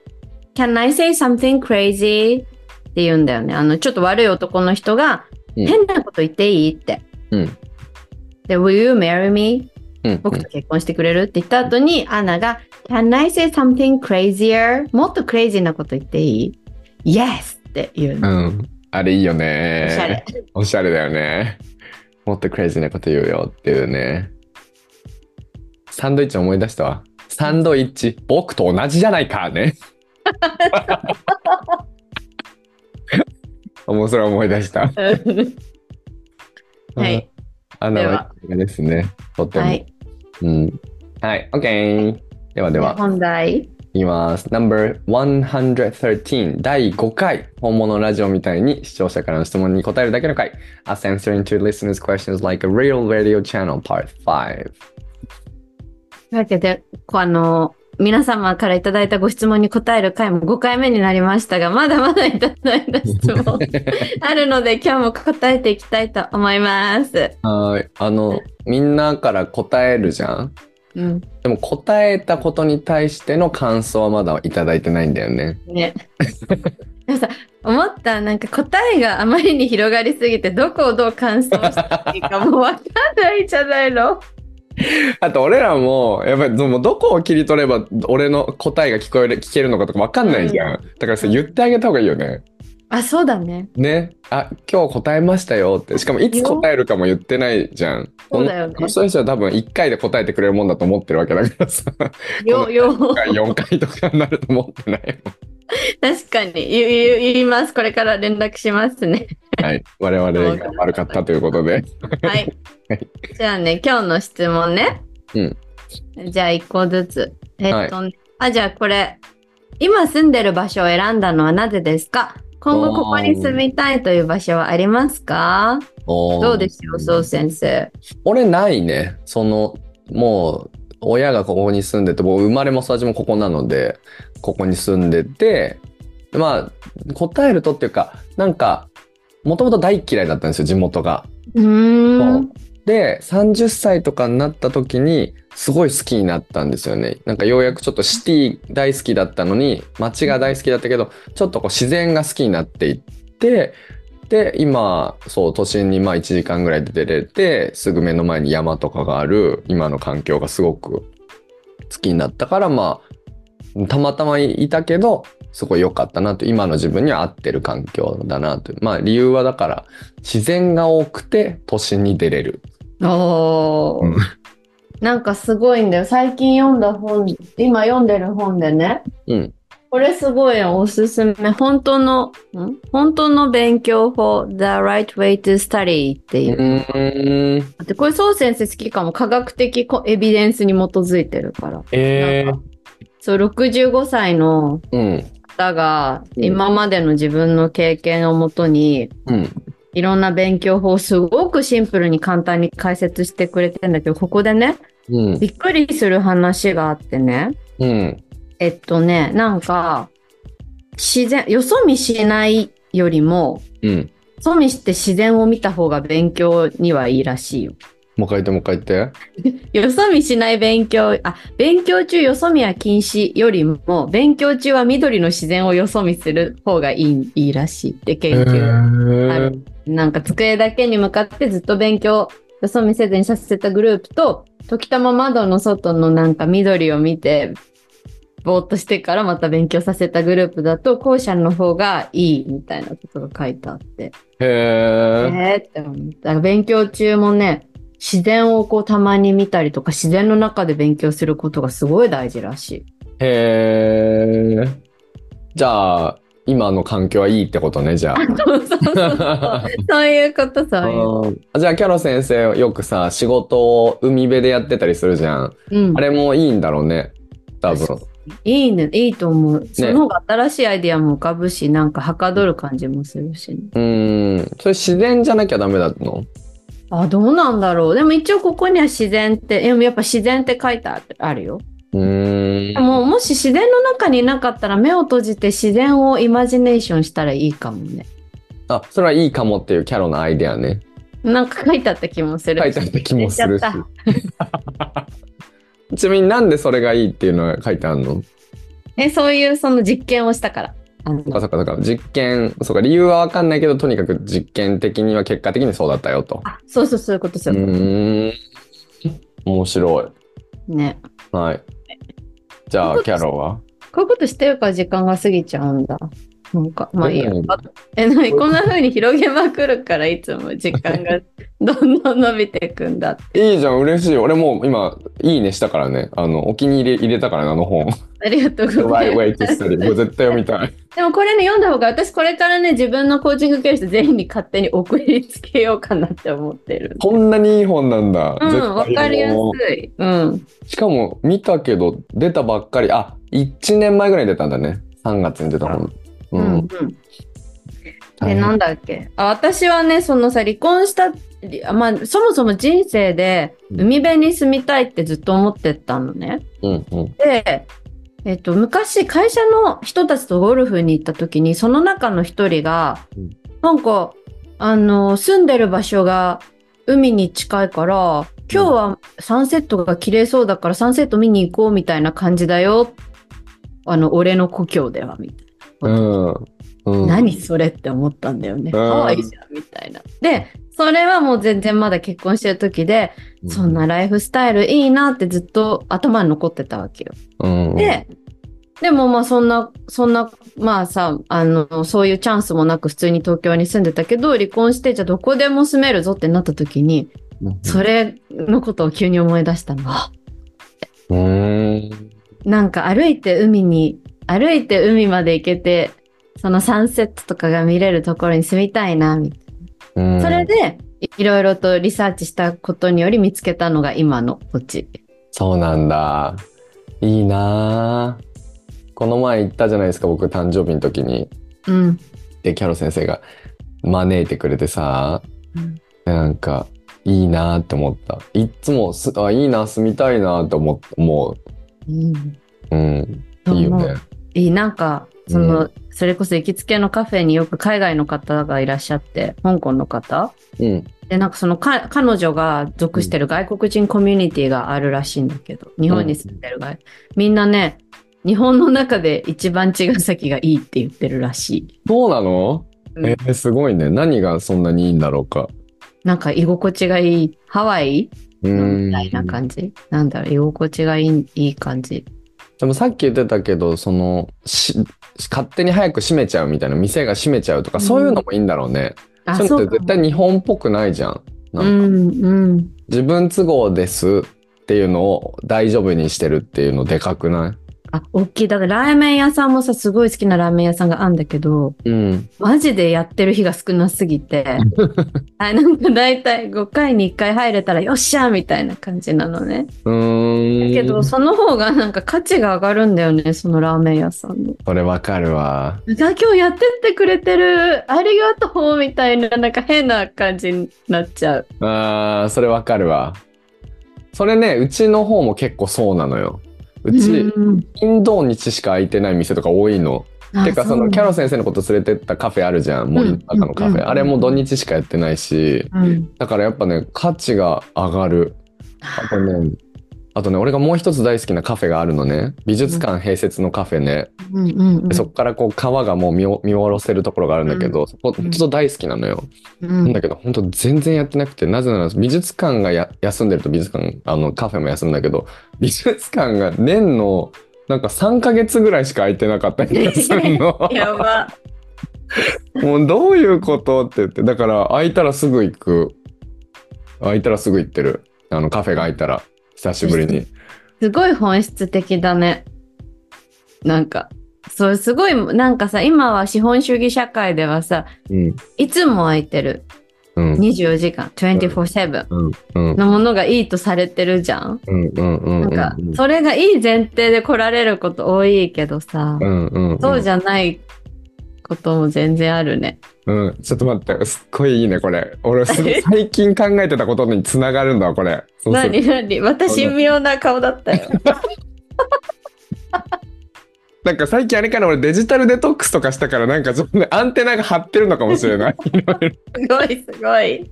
Speaker 2: Can I say something crazy? って言うんだよね。あの、ちょっと悪い男の人が、
Speaker 1: うん
Speaker 2: 変なこと言っていいって。
Speaker 1: うん
Speaker 2: で、Will you marry me?
Speaker 1: うん、
Speaker 2: 僕と結婚してくれるって言った後に、アナが、Can I say something crazier? もっとクレイジーなこと言っていい ?Yes! って言う
Speaker 1: う
Speaker 2: の。
Speaker 1: ん。あれいいよね。
Speaker 2: おしゃれ。
Speaker 1: おしゃれだよね。もっとクレイジーなこと言うよっていうね。サンドイッチ思い出したわ。サンドイッチ、僕と同じじゃないか ね。もうそれ思い出した。
Speaker 2: はい。
Speaker 1: アナはですね。とっても。
Speaker 2: はい。
Speaker 1: うん。はい。OK。ではでは。
Speaker 2: 本題。
Speaker 1: いきます。No.113 第5回本物ラジオみたいに視聴者からの質問に答えるだけの回 Us answering to listeners questions like a real radio channel part 5
Speaker 2: というわけで、こうあの、皆様からいただいたご質問に答える回も5回目になりましたが、まだまだいただいた質 問あるので、今日も答えていきたいと思います。
Speaker 1: はいあのみんなから答えるじゃん
Speaker 2: うん。
Speaker 1: でも答えたことに対しての感想はまだいただいてないんだよね
Speaker 2: ね。でもさ、思った、なんか答えがあまりに広がりすぎて、どこをどう感想していい かもうわかんないじゃないの。
Speaker 1: あと俺らもやっぱりもうどこを切り取れば俺の答えが聞こえる聞けるのかとか分かんないじゃん、だからそれ言ってあげた方がいいよね
Speaker 2: あ、そうだね。
Speaker 1: ねあ今日答えましたよってしかもいつ答えるかも言ってないじゃん
Speaker 2: そうだよね
Speaker 1: この人たちは多分1回で答えてくれるもんだと思ってるわけだ からさ
Speaker 2: よ、よ。
Speaker 1: 1回4回とかになると思ってない
Speaker 2: 確かに言言言いますこれから連絡しますね
Speaker 1: はい我々が悪かったということで
Speaker 2: はい
Speaker 1: はい
Speaker 2: じゃあね今日の質問ね
Speaker 1: うん
Speaker 2: じゃあ1個ずつえっと、あじゃあこれ今住んでる場所を選んだのはなぜですか今後ここに住みたいという場所はありますかど
Speaker 1: ど
Speaker 2: うでしょうそう先生
Speaker 1: 俺ないねそのもう親がここに住んでて僕生まれも育ちもここなのでここに住んでてまあ答えるとっていうかなんかもともと大嫌いだったんですよ地元が。
Speaker 2: うーん
Speaker 1: で30歳とかになった時にすごい好きになったんですよね。なんかようやくちょっとシティ大好きだったのに街が大好きだったけどちょっとこう自然が好きになっていってで今そう都心にまあ1時間ぐらいで出れてすぐ目の前に山とかがある今の環境がすごく好きになったからまあたまたまいたけどすごい良かったなと今の自分には合ってる環境だなとまあ理由はだから自然が多くて都心に出れる。
Speaker 2: おー、
Speaker 1: うん
Speaker 2: なんかすごいんだよ最近読んだ本今読んでる本でね
Speaker 1: うん。
Speaker 2: これすごいおすすめ。本当の、ん本当の勉強法、The Right Way to Study っていう。
Speaker 1: ん。
Speaker 2: でこれ、そう先生好きかも。科学的こエビデンスに基づいてるから。
Speaker 1: えー。
Speaker 2: そう、65歳の
Speaker 1: うん。
Speaker 2: 方が、
Speaker 1: うん
Speaker 2: 今までの自分の経験をもとに、
Speaker 1: うん。
Speaker 2: いろんな勉強法をすごくシンプルに簡単に解説してくれてんだけど、ここでね、
Speaker 1: うん。
Speaker 2: びっくりする話があってね。
Speaker 1: うん。
Speaker 2: えっとね、なんか、自然、よそ見しないよりも、
Speaker 1: うん。
Speaker 2: よそ見して自然を見た方が勉強にはいいらしいよ。
Speaker 1: もう一回言って、もう一回言って。
Speaker 2: よそ見しない勉強、あ、勉強中よそ見は禁止よりも、勉強中は緑の自然をよそ見する方がいいいいらしいって研究。あ
Speaker 1: ー
Speaker 2: るなんか机だけに向かってずっと勉強、よそ見せずにさせたグループと、時たま窓の外のなんか緑を見て、ぼーっとしてからまた勉強させたグループだと、後者の方がいいみたいなことが書いてあって。え
Speaker 1: へえ。
Speaker 2: ーって思った。だから勉強中もね、自然をこうたまに見たりとか、自然の中で勉強することがすごい大事らしい。
Speaker 1: へえ。じゃあ、今の環境はいいってことね、じゃあ。
Speaker 2: そうそうそうそういうこと、そういう。
Speaker 1: あじゃあ、キャロ先生、よくさ、仕事を海辺でやってたりするじゃん。
Speaker 2: うん
Speaker 1: あ、れもいいんだろうね。多分。
Speaker 2: いいね、いいと思う。その方が新しいアイディアも浮かぶし、なんかはかどる感じもするし、ね。
Speaker 1: うん。それ自然じゃなきゃダメだの
Speaker 2: あ、どうなんだろう。でも一応ここには自然って、でもやっぱ自然って書いてあるあるよ。
Speaker 1: うーん
Speaker 2: で。も、もし自然の中にいなかったら目を閉じて自然をイマジネーションしたらいいかもね。
Speaker 1: あ、それはいいかもっていうキャロのアイデアね。
Speaker 2: なんか書いてあった気もする。
Speaker 1: 書いてあった気もするし
Speaker 2: やっちゃっ。
Speaker 1: ちなみになんでそれがいいっていうのは書いてあるの
Speaker 2: え、そういうその実験をしたから。あの
Speaker 1: あ、そっかそっか。実験、そうか、理由はわかんないけど、とにかく実験的には結果的にそうだったよと。
Speaker 2: あそうそう、そういうこと
Speaker 1: う
Speaker 2: そういうこ
Speaker 1: ーん。面白
Speaker 2: と。ね。
Speaker 1: い。はい。じゃあ、
Speaker 2: こういうこと
Speaker 1: キャロは
Speaker 2: こういうことしてるから時間が過ぎちゃうんだ。なんか、まあいいや
Speaker 1: うん。
Speaker 2: え、なにこんな風に広げまくるから、いつも時間 がどんどん伸びていくんだって。
Speaker 1: いいじゃん、嬉しい。俺もう今、いいねしたからね。あの、お気に入り入れたからね、あの 本。
Speaker 2: ありがとう
Speaker 1: The
Speaker 2: ござい
Speaker 1: right
Speaker 2: ま
Speaker 1: way to study. もう絶対読みたい。
Speaker 2: す。でもこれね、読んだ方が、私これからね、自分のコーチング教室全員に勝手に送りつけようかなって思ってる。
Speaker 1: こんなにいい本なんだ。
Speaker 2: う
Speaker 1: 絶対
Speaker 2: ん、わかりやすい。うん。
Speaker 1: しかも見たけど出たばっかりあ1年前ぐらいに出たんだね3月に出た本
Speaker 2: う、
Speaker 1: うん
Speaker 2: うんん。で、なんだっけあ私はね、そのさ、離婚した、りあまあ、そもそも人生で
Speaker 1: うん
Speaker 2: 海辺に住みたいってずっと思ってたのね。
Speaker 1: うんうん
Speaker 2: で、えっと、昔会社の人たちとゴルフに行った時にその中の一人が、
Speaker 1: うん
Speaker 2: なんかあの住んでる場所が海に近いから今日はサンセットが綺麗そうだからサンセット見に行こうみたいな感じだよあの俺の故郷ではみたい
Speaker 1: うん。う
Speaker 2: な、
Speaker 1: ん、
Speaker 2: 何それって思ったんだよね
Speaker 1: う
Speaker 2: か
Speaker 1: ん
Speaker 2: わいいじゃんみたいなでそれはもう全然まだ結婚してる時で、
Speaker 1: うん
Speaker 2: そんなライフスタイルいいなってずっと頭に残ってたわけよ
Speaker 1: うん、
Speaker 2: で、でもまあそんな、そんな、まあさ、あの、そういうチャンスもなく普通に東京に住んでたけど、離婚して、じゃあどこでも住めるぞってなった時に、
Speaker 1: うん
Speaker 2: それのことを急に思い出したの。
Speaker 1: うーん。
Speaker 2: なんか歩いて海に、歩いて海まで行けて、そのサンセットとかが見れるところに住みたいな、みたい
Speaker 1: うん
Speaker 2: な。それで、いいろいろとリサーチしたことにより見つけたのが今の土地。
Speaker 1: そうなんだ。いいなあこの前行ったじゃないですか、僕誕生日の時に。
Speaker 2: うん。
Speaker 1: で、キャロ先生が招いてくれてさ、
Speaker 2: うん
Speaker 1: なんか、いいなあって思った。いっつもす、あ、いいな、住みたいなあって思う思
Speaker 2: うん。
Speaker 1: う。うん、いいよね。
Speaker 2: いい、なんか、
Speaker 1: うん
Speaker 2: その、それこそ行きつけのカフェによく海外の方がいらっしゃって、香港の方
Speaker 1: うん。
Speaker 2: で、なんかそのか、彼女が属してる外国人コミュニティがあるらしいんだけど、日本に住んでる外、みんなね、日本の中で一番茅ヶ崎がいいって言ってるらしい。
Speaker 1: そうなの、
Speaker 2: うん
Speaker 1: えーすごいね。何がそんなにいいんだろうか。
Speaker 2: なんか居心地がいい。ハワイ
Speaker 1: う
Speaker 2: みたいな感じ。なんだろう、居心地がいいいい感じ。
Speaker 1: でもさっき言ってたけど、その、し勝手に早く閉めちゃうみたいな、店が閉めちゃうとか、
Speaker 2: うん
Speaker 1: そういうのもいいんだろうね。
Speaker 2: あ
Speaker 1: そういうのっ
Speaker 2: か
Speaker 1: て絶対日本っぽくないじゃん。な
Speaker 2: うん
Speaker 1: か
Speaker 2: ん、うん。
Speaker 1: 自分都合ですっていうのを大丈夫にしてるっていうのでかくな
Speaker 2: あ、大きい。だからラーメン屋さんもさ、すごい好きなラーメン屋さんがあるんだけど、
Speaker 1: いうん。
Speaker 2: マジでやってる日が少なすぎて、あなんか大体5回に1回入れたらよっしゃーみたいな感じなのね。
Speaker 1: う
Speaker 2: だ
Speaker 1: ーん。
Speaker 2: けど、その方がなんか価値が上がるんだよね、そのラーメン屋さんの。
Speaker 1: それわかるわ。
Speaker 2: あ今日やってってくれてる、ありがとうみたいな、なんか変な感じになっちゃう。
Speaker 1: あー、それわかるわ。それね、うちの方も結構そうなのよ。うち、
Speaker 2: うん
Speaker 1: 金土日しか空いてない店とか多いの。
Speaker 2: あ
Speaker 1: てかそうの
Speaker 2: なん
Speaker 1: キャロ先生のこと連れてったカフェあるじゃん森の中のカフ
Speaker 2: うんうん
Speaker 1: ェあれも土日しかやってないし
Speaker 2: うん
Speaker 1: だからやっぱね価値が上がるあとねあとね俺がもう一つ大好きなカフェがあるのね美術館併設のカフェね
Speaker 2: うんうんうん
Speaker 1: でそっからこう川がもう見お見下ろせるところがあるんだけどそこちょっと大好きなのよ
Speaker 2: うん
Speaker 1: なんだけど本当全然やってなくてなぜなら美術館がや休んでると美術館あのカフェも休むんだけど美術館が年のなんか3ヶ月ぐらいしか空いてなかったりとかする の
Speaker 2: やば。
Speaker 1: もうどういうことって言って、だから空いたらすぐ行く。空いたらすぐ行ってる。あのカフェが空いたら、久しぶりに。
Speaker 2: すごい本質的だね。なんか、そう、すごい、なんかさ、今は資本主義社会ではさ、
Speaker 1: うん。
Speaker 2: いつも空いてる。
Speaker 1: うん。
Speaker 2: 24時間、24-7
Speaker 1: うん。うん。
Speaker 2: のものがいいとされてるじゃん。
Speaker 1: うん。うん。うん。
Speaker 2: なんか、それがいい前提で来られること多いけどさ
Speaker 1: う、ん。うん。
Speaker 2: そうじゃないことも全然あるね。
Speaker 1: うん。ちょっと待って、すっごいいいね、これ。俺、す最近考えてたことにつながるんだわ、これ。そうする
Speaker 2: 何何私妙な顔だっ たよ。
Speaker 1: なんか最近あれかな、俺デジタルデトックスとかしたから、なんかちょっとね、アンテナが張ってるのかもしれ ない。
Speaker 2: すごいすごい。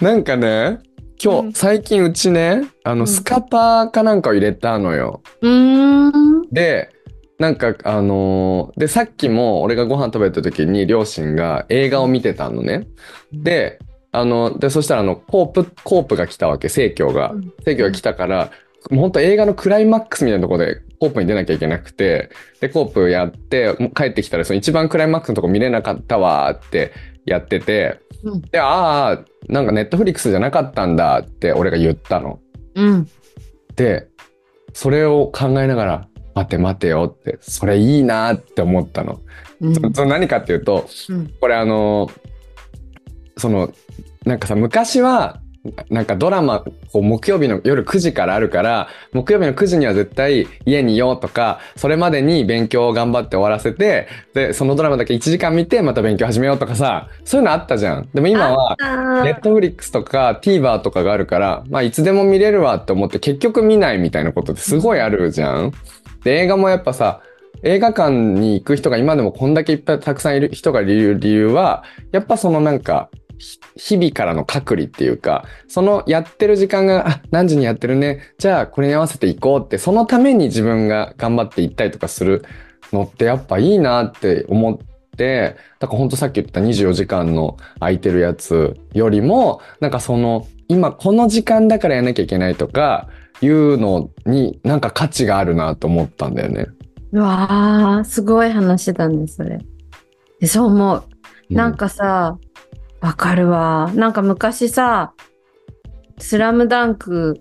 Speaker 1: なんかね、今日、
Speaker 2: うん
Speaker 1: 最近うちね、あ
Speaker 2: うん
Speaker 1: の、スカパーかなんかを入れたのよ。
Speaker 2: うーん。
Speaker 1: でなんかあのーでさっきも俺がご飯食べた時に両親が映画を見てたのね。であのでそしたらあのコープコープが来たわけ正教が
Speaker 2: うん。
Speaker 1: 正教が来たからもうほんと映画のクライマックスみたいなところでコープに出なきゃいけなくてでコープやってもう帰ってきたらその一番クライマックスのとこ見れなかったわーってやってて、
Speaker 2: うん
Speaker 1: でああなんかネットフリックスじゃなかったんだって俺が言ったの。
Speaker 2: うん。
Speaker 1: でそれを考えながら「待て待てよ」ってそれいいなって思ったの。
Speaker 2: うん。
Speaker 1: そその何かっていうと
Speaker 2: うん
Speaker 1: これあのそのなんかさ昔はななんかドラマこう木曜日の夜9時からあるから木曜日の9時には絶対家にいようとかそれまでに勉強を頑張って終わらせてでそのドラマだけ1時間見てまた勉強始めようとかさそういうのあったじゃん。でも今はネットフリックスとか TVer とかがあるから、まあ、いつでも見れるわって思って結局見ないみたいなことってすごいあるじゃん。で、映画もやっぱさ、映画館に行く人が今でもこんだけいっぱいたくさんいる人がいる理由は、やっぱそのなんか、ひ日々からの隔離っていうか、そのやってる時間が、あ、何時にやってるね、じゃあこれに合わせて行こうって、そのために自分が頑張って行ったりとかするのってやっぱいいなって思って、だからほんとさっき言った24時間の空いてるやつよりも、なんかその、今この時間だからやんなきゃいけないとか、いうのになんか価値があるなと思ったんだよね。
Speaker 2: うわあ、すごい話だね、それ。えそう思う。なんかさ、わかるわ。なんか昔さ、スラムダンク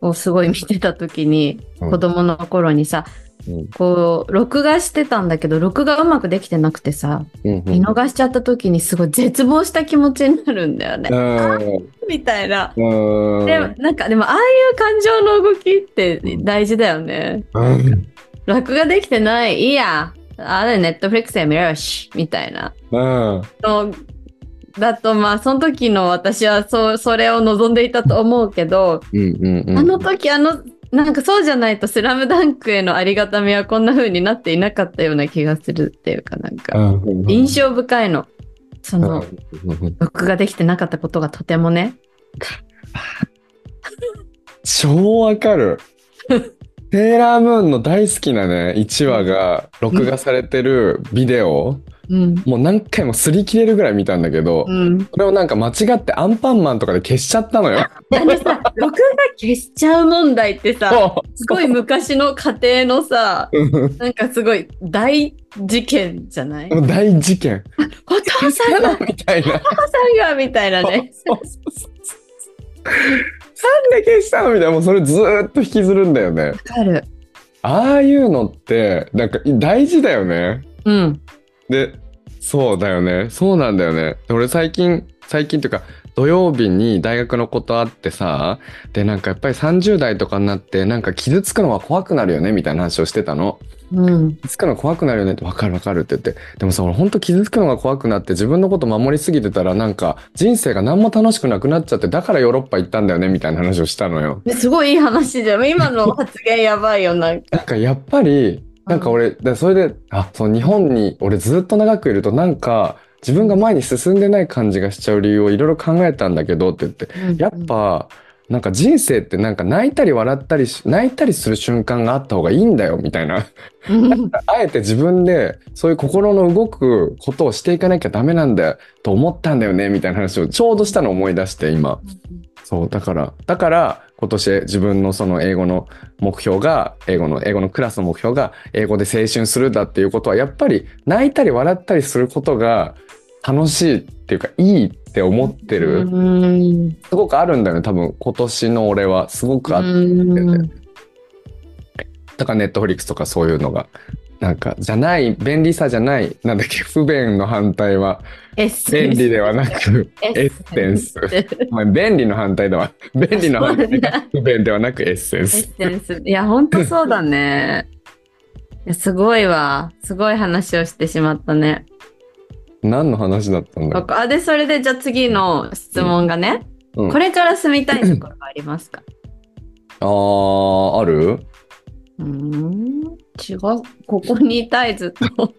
Speaker 2: をすごい見てた時に、
Speaker 1: うん
Speaker 2: 子供の頃にさ、
Speaker 1: うん、
Speaker 2: こう、録画してたんだけど、録画うまくできてなくてさ、
Speaker 1: うん、
Speaker 2: 見逃しちゃった時にすごい絶望した気持ちになるんだよね。みたいな。
Speaker 1: うん。
Speaker 2: でも、なんか、でも、ああいう感情の動きって大事だよね。
Speaker 1: うん。
Speaker 2: 録画できてない、いいや。あれ、ネットフリックスで見れるし、みたいな。
Speaker 1: うん。
Speaker 2: のだとまあその時の私はそうそれを望んでいたと思うけど、
Speaker 1: うん。うん。
Speaker 2: あの時あのなんかそうじゃないと「スラムダンクへのありがたみはこんな風になっていなかったような気がするっていうかなんか
Speaker 1: うん
Speaker 2: 印象深いのその
Speaker 1: うん
Speaker 2: 録画できてなかったことがとてもね
Speaker 1: 超わかる。テーラームーンの大好きなね、1話が録画されてるビデオ、
Speaker 2: うん
Speaker 1: もう何回も擦り切れるぐらい見たんだけど、
Speaker 2: うん
Speaker 1: これをなんか間違ってアンパンマンとかで消しちゃったのよ。
Speaker 2: あのさ録画消しちゃう問題ってさすごい昔の家庭のさ
Speaker 1: うん
Speaker 2: なんかすごい大事件じゃない
Speaker 1: もう大事件。
Speaker 2: お父さんがお
Speaker 1: みたいな。
Speaker 2: 父さんがみたいなね
Speaker 1: そうそうそうなんで消したのみたいな、もうそれずーっと引きずるんだよね。
Speaker 2: わかる
Speaker 1: ああいうのって、なんか大事だよね。
Speaker 2: うん
Speaker 1: で、そうだよね。そうなんだよね。で俺最近、最近っていうか、土曜日に大学のことあってさ、で、なんかやっぱり30代とかになって、なんか傷つくのは怖くなるよね、みたいな話をしてたの。
Speaker 2: うん。
Speaker 1: 傷つくの怖くなるよねって分かる分かるって言ってでもさ俺ほんと傷つくのが怖くなって自分のこと守りすぎてたらなんか人生が何も楽しくなくなっちゃってだからヨーロッパ行ったんだよねみたいな話をしたのよ
Speaker 2: すごいいい話じゃん。今の発言やばいよ、なんか。
Speaker 1: なんかやっぱりなんか俺でそれであそう日本に俺ずっと長くいるとなんか自分が前に進んでない感じがしちゃう理由をいろいろ考えたんだけどって言ってやっぱなんか人生ってなんか泣いたり笑ったりし泣いたりする瞬間があった方がいいんだよみたいな
Speaker 2: うん、
Speaker 1: あえて自分でそういう心の動くことをしていかなきゃダメなんだと思ったんだよねみたいな話をちょうどしたのを思い出して今そうだからだから今年自分のその英語の目標が英語の英語のクラスの目標が英語で青春するだっていうことはやっぱり泣いたり笑ったりすることが楽しいっていうかいいって思って
Speaker 2: う
Speaker 1: る
Speaker 2: ん。
Speaker 1: すごくあるんだよね多分今年の俺はすごくあっ
Speaker 2: うん
Speaker 1: だからネットフリックスとかそういうのが。なんか、じゃない、便利さじゃない、なんだっけ、不便の反対は、
Speaker 2: エッセ
Speaker 1: 便
Speaker 2: ンス
Speaker 1: 利ではな く、エッセンス。
Speaker 2: エ
Speaker 1: お前、便利の反対だ わ。便利の反対が不便ではなくエッセン
Speaker 2: ッ
Speaker 1: ス。
Speaker 2: センス。いや、ほんとそうだね。いやすごいわ。すごい話をしてしまったね。
Speaker 1: 何の話だったんだろ
Speaker 2: わ
Speaker 1: う。
Speaker 2: かあ、で、それで、じゃあ次の質問がね。
Speaker 1: うん
Speaker 2: これから住みたいところはありますか
Speaker 1: あー、ある
Speaker 2: うーん、違う。ここにいたい、ずっ と。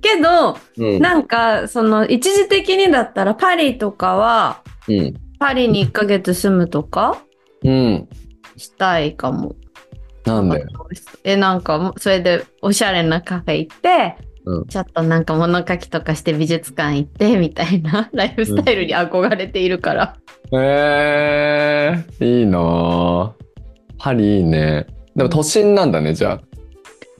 Speaker 2: けど、
Speaker 1: うん。
Speaker 2: なんか、その、一時的にだったら、パリとかは、
Speaker 1: うん。
Speaker 2: パリに1ヶ月住むとか
Speaker 1: うん。
Speaker 2: したいかも。
Speaker 1: なんで
Speaker 2: え、なんかもう、それで、おしゃれなカフェ行って、
Speaker 1: うん
Speaker 2: ちょっとなんか物書きとかして美術館行って、みたいな、ライフスタイルに憧れているから。
Speaker 1: えー、いいなーパリいいね。でも都心なんだね、じゃ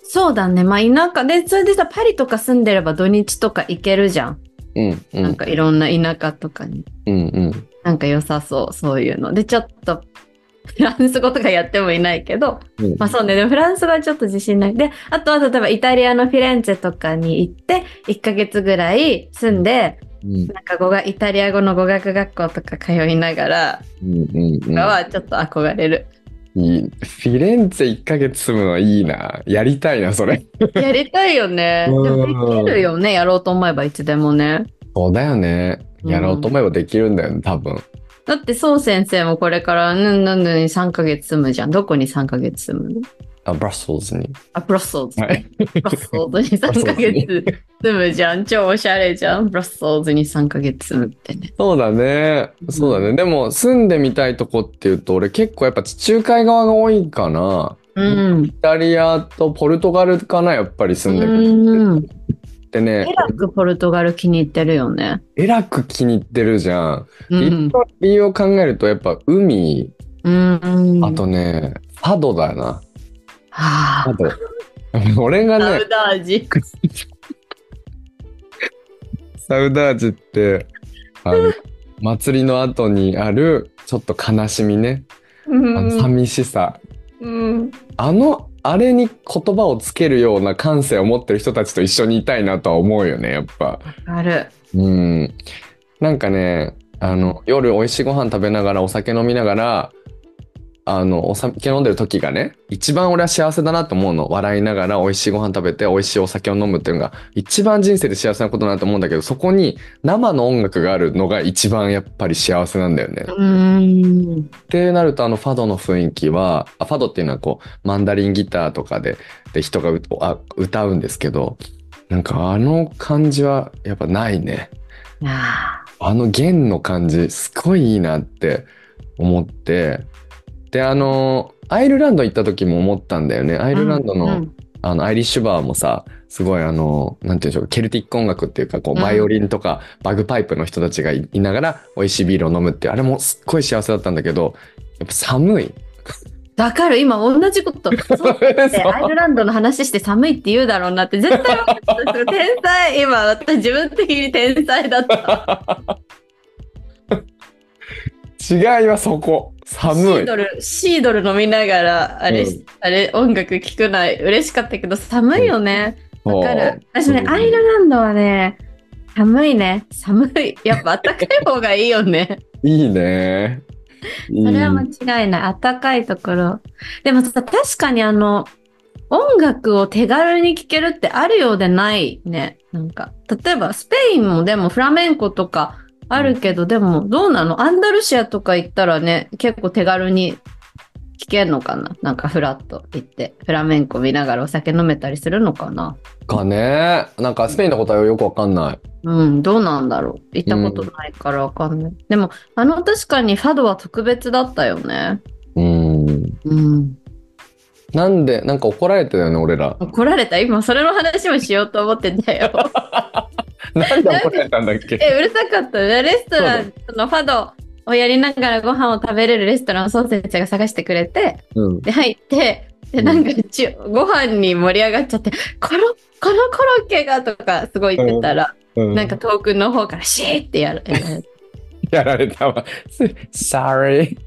Speaker 2: そうだね。まあ、田舎で、それでさ、パリとか住んでれば土日とか行けるじゃん。
Speaker 1: あ。うん、う
Speaker 2: なん
Speaker 1: ん、
Speaker 2: かいろんな田舎とかに。
Speaker 1: うん、うん。
Speaker 2: なんか良さそう、そういうの。で、ちょっと、フランス語とかやってもいないけど、
Speaker 1: うん
Speaker 2: まあそうね、でもフランス語はちょっと自信ない。で、あとは例えばイタリアのフィレンツェとかに行って、1ヶ月ぐらい住んで、
Speaker 1: うん、
Speaker 2: なんか語学、イタリア語の語学学校とか通いながら、
Speaker 1: うん、うん。
Speaker 2: はちょっと憧れる。
Speaker 1: いいフィレンツェ1ヶ月住むのはいいな。やりたいな、それ。
Speaker 2: やりたいよね。で
Speaker 1: うん
Speaker 2: もできるよね、やろうと思えばいつでもね。
Speaker 1: そうだよね。やろうと思えばできるんだよね、多分。
Speaker 2: だって、そう先生もこれから、ぬんぬんぬんに3ヶ月住むじゃん。どこに3ヶ月住むの
Speaker 1: あ、ブラッソルズに。
Speaker 2: あ、ブラッソーズ。
Speaker 1: はい。
Speaker 2: ブラッソーズに3ヶ
Speaker 1: ブラッソーズに
Speaker 2: 月住むじゃん。超おしゃれじゃん。ブラッソーズに3ヶ月住むってね。
Speaker 1: そうだね。そうだね。でも、住んでみたいとこっていうと、俺結構やっぱ地中海側が多いかな。
Speaker 2: うん
Speaker 1: イ。タリアとポルトガルかな、やっぱり住んでる
Speaker 2: うん。
Speaker 1: って
Speaker 2: え
Speaker 1: ね、
Speaker 2: らくポルトガル気に入ってるよね。
Speaker 1: えらく気に入ってるじゃん。
Speaker 2: うん
Speaker 1: 一。個理由を考えると、やっぱ海、
Speaker 2: うん。
Speaker 1: あとね、佐渡だな。
Speaker 2: は
Speaker 1: 佐
Speaker 2: あ。
Speaker 1: 渡。 俺が
Speaker 2: サ
Speaker 1: ね
Speaker 2: ウ、ダージ。
Speaker 1: サウダージって、あの、祭りの後にある、ちょっと悲しみね。あ
Speaker 2: う
Speaker 1: の
Speaker 2: ん。
Speaker 1: 寂しさ。
Speaker 2: うん。
Speaker 1: あの、あれに言葉をつけるような感性を持ってる人たちと一緒にいたいなとは思うよね、やっぱ。
Speaker 2: ある。
Speaker 1: うん。なんかね、あの、夜美味しいご飯食べながら、お酒飲みながら、あの、お酒飲んでる時がね、一番俺は幸せだなと思うの。笑いながら美味しいご飯食べて、美味しいお酒を飲むっていうのが、一番人生で幸せなことだなと思うんだけど、そこに生の音楽があるのが一番やっぱり幸せなんだよね。
Speaker 2: うん。
Speaker 1: ってなるとあのファドの雰囲気はあファドっていうのはこうマンダリンギターとかでで人がうあ歌うんですけどなんかあの感じはやっぱないね
Speaker 2: あ
Speaker 1: あの弦の感じすごいいいなって思ってであのアイルランド行った時も思ったんだよねア
Speaker 2: ア
Speaker 1: イルランドの,、
Speaker 2: うん
Speaker 1: あのアイリッシュバーもさすごいあのなんていうんでしょうケルティック音楽っていうかこう
Speaker 2: うん
Speaker 1: バイオリンとかバグパイプの人たちがいいながら美味しいビールを飲むっていうあれもすっごい幸せだったんだけどやっぱ寒い
Speaker 2: わかる今同じ こと。そうってアイルランドの話して寒いって言うだろうなって絶対分かった。天才今私自分的に天才だった。
Speaker 1: 違いは そこ
Speaker 2: シ
Speaker 1: 寒
Speaker 2: ー
Speaker 1: い
Speaker 2: ドルシードル飲みながらあれ、
Speaker 1: うん
Speaker 2: あれ音楽聴くない嬉しかったけど寒いよね。わかる。私ね
Speaker 1: うん
Speaker 2: アイルランドはね寒いね寒いやっぱ暖かい方がいいよね。
Speaker 1: いいね
Speaker 2: それは
Speaker 1: うん
Speaker 2: 間違いない暖かいところ。でもさ確かにあの音楽を手軽に聴けるってあるようでないね。なんか例えばスペインもでもフラメンコとかあるけど、でもどうなのアンダルシアとか行ったらね結構手軽に聴けるのかななんかフラッと行ってフラメンコ見ながらお酒飲めたりするのかな
Speaker 1: かねなんかスペインのことはよくわかんない
Speaker 2: うんどうなんだろう行ったことないからわかんない。でもあの確かにファドは特別だったよね。
Speaker 1: うん
Speaker 2: うん
Speaker 1: なんでなんか怒られてたよね俺 ら
Speaker 2: 怒られた今それの話もしようと思ってん だよ
Speaker 1: なんで怒られたんだっけ
Speaker 2: えうるさかったねレストランそのファドをやりながらご飯を食べれるレストランをソーセージが探してくれて
Speaker 1: うん
Speaker 2: で入って
Speaker 1: う
Speaker 2: で
Speaker 1: ん
Speaker 2: なんかちゅご飯に盛り上がっちゃって「このこのコロッケが」とかすごい言ってたら、
Speaker 1: う
Speaker 2: なんか遠くの方からシーってや る
Speaker 1: やられたわ sorry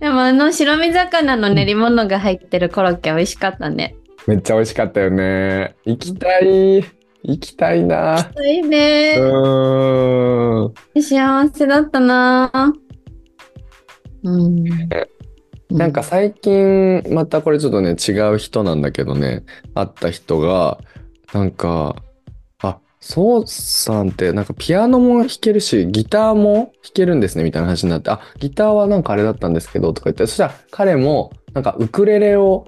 Speaker 2: でもあの白身魚の練り物が入ってるコロッケ美味しかったね
Speaker 1: めっちゃ美味しかったよね行きたい行きたいな
Speaker 2: 美味しいね
Speaker 1: うーん
Speaker 2: 幸せだったなぁうん。
Speaker 1: なんか最近またこれちょっとね違う人なんだけどね会った人がなんかあそうさんってなんかピアノも弾けるしギターも弾けるんですねみたいな話になってあギターはなんかあれだったんですけどとか言ってそしたら彼もなんかウクレレを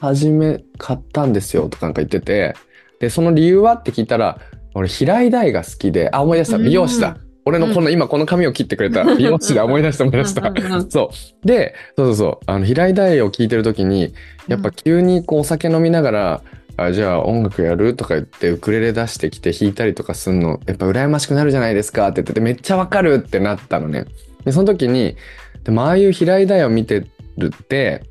Speaker 1: 始め買ったんですよとかなんか言っててでその理由はって聞いたら俺平井大が好きであ思い出した美容師だ、
Speaker 2: うん
Speaker 1: 俺のこの今この髪を切ってくれた美容師だ思い出した思い出した
Speaker 2: うんうんうん
Speaker 1: そう。で、そうそうそう。あの、平井大を聞いてるときに、やっぱ急にこうお酒飲みながら、あじゃあ音楽やるとか言ってウクレレ出してきて弾いたりとかすんの、やっぱ羨ましくなるじゃないですかって言ってて、めっちゃわかるってなったのね。で、その時に、でもああいう平井大を見てるって、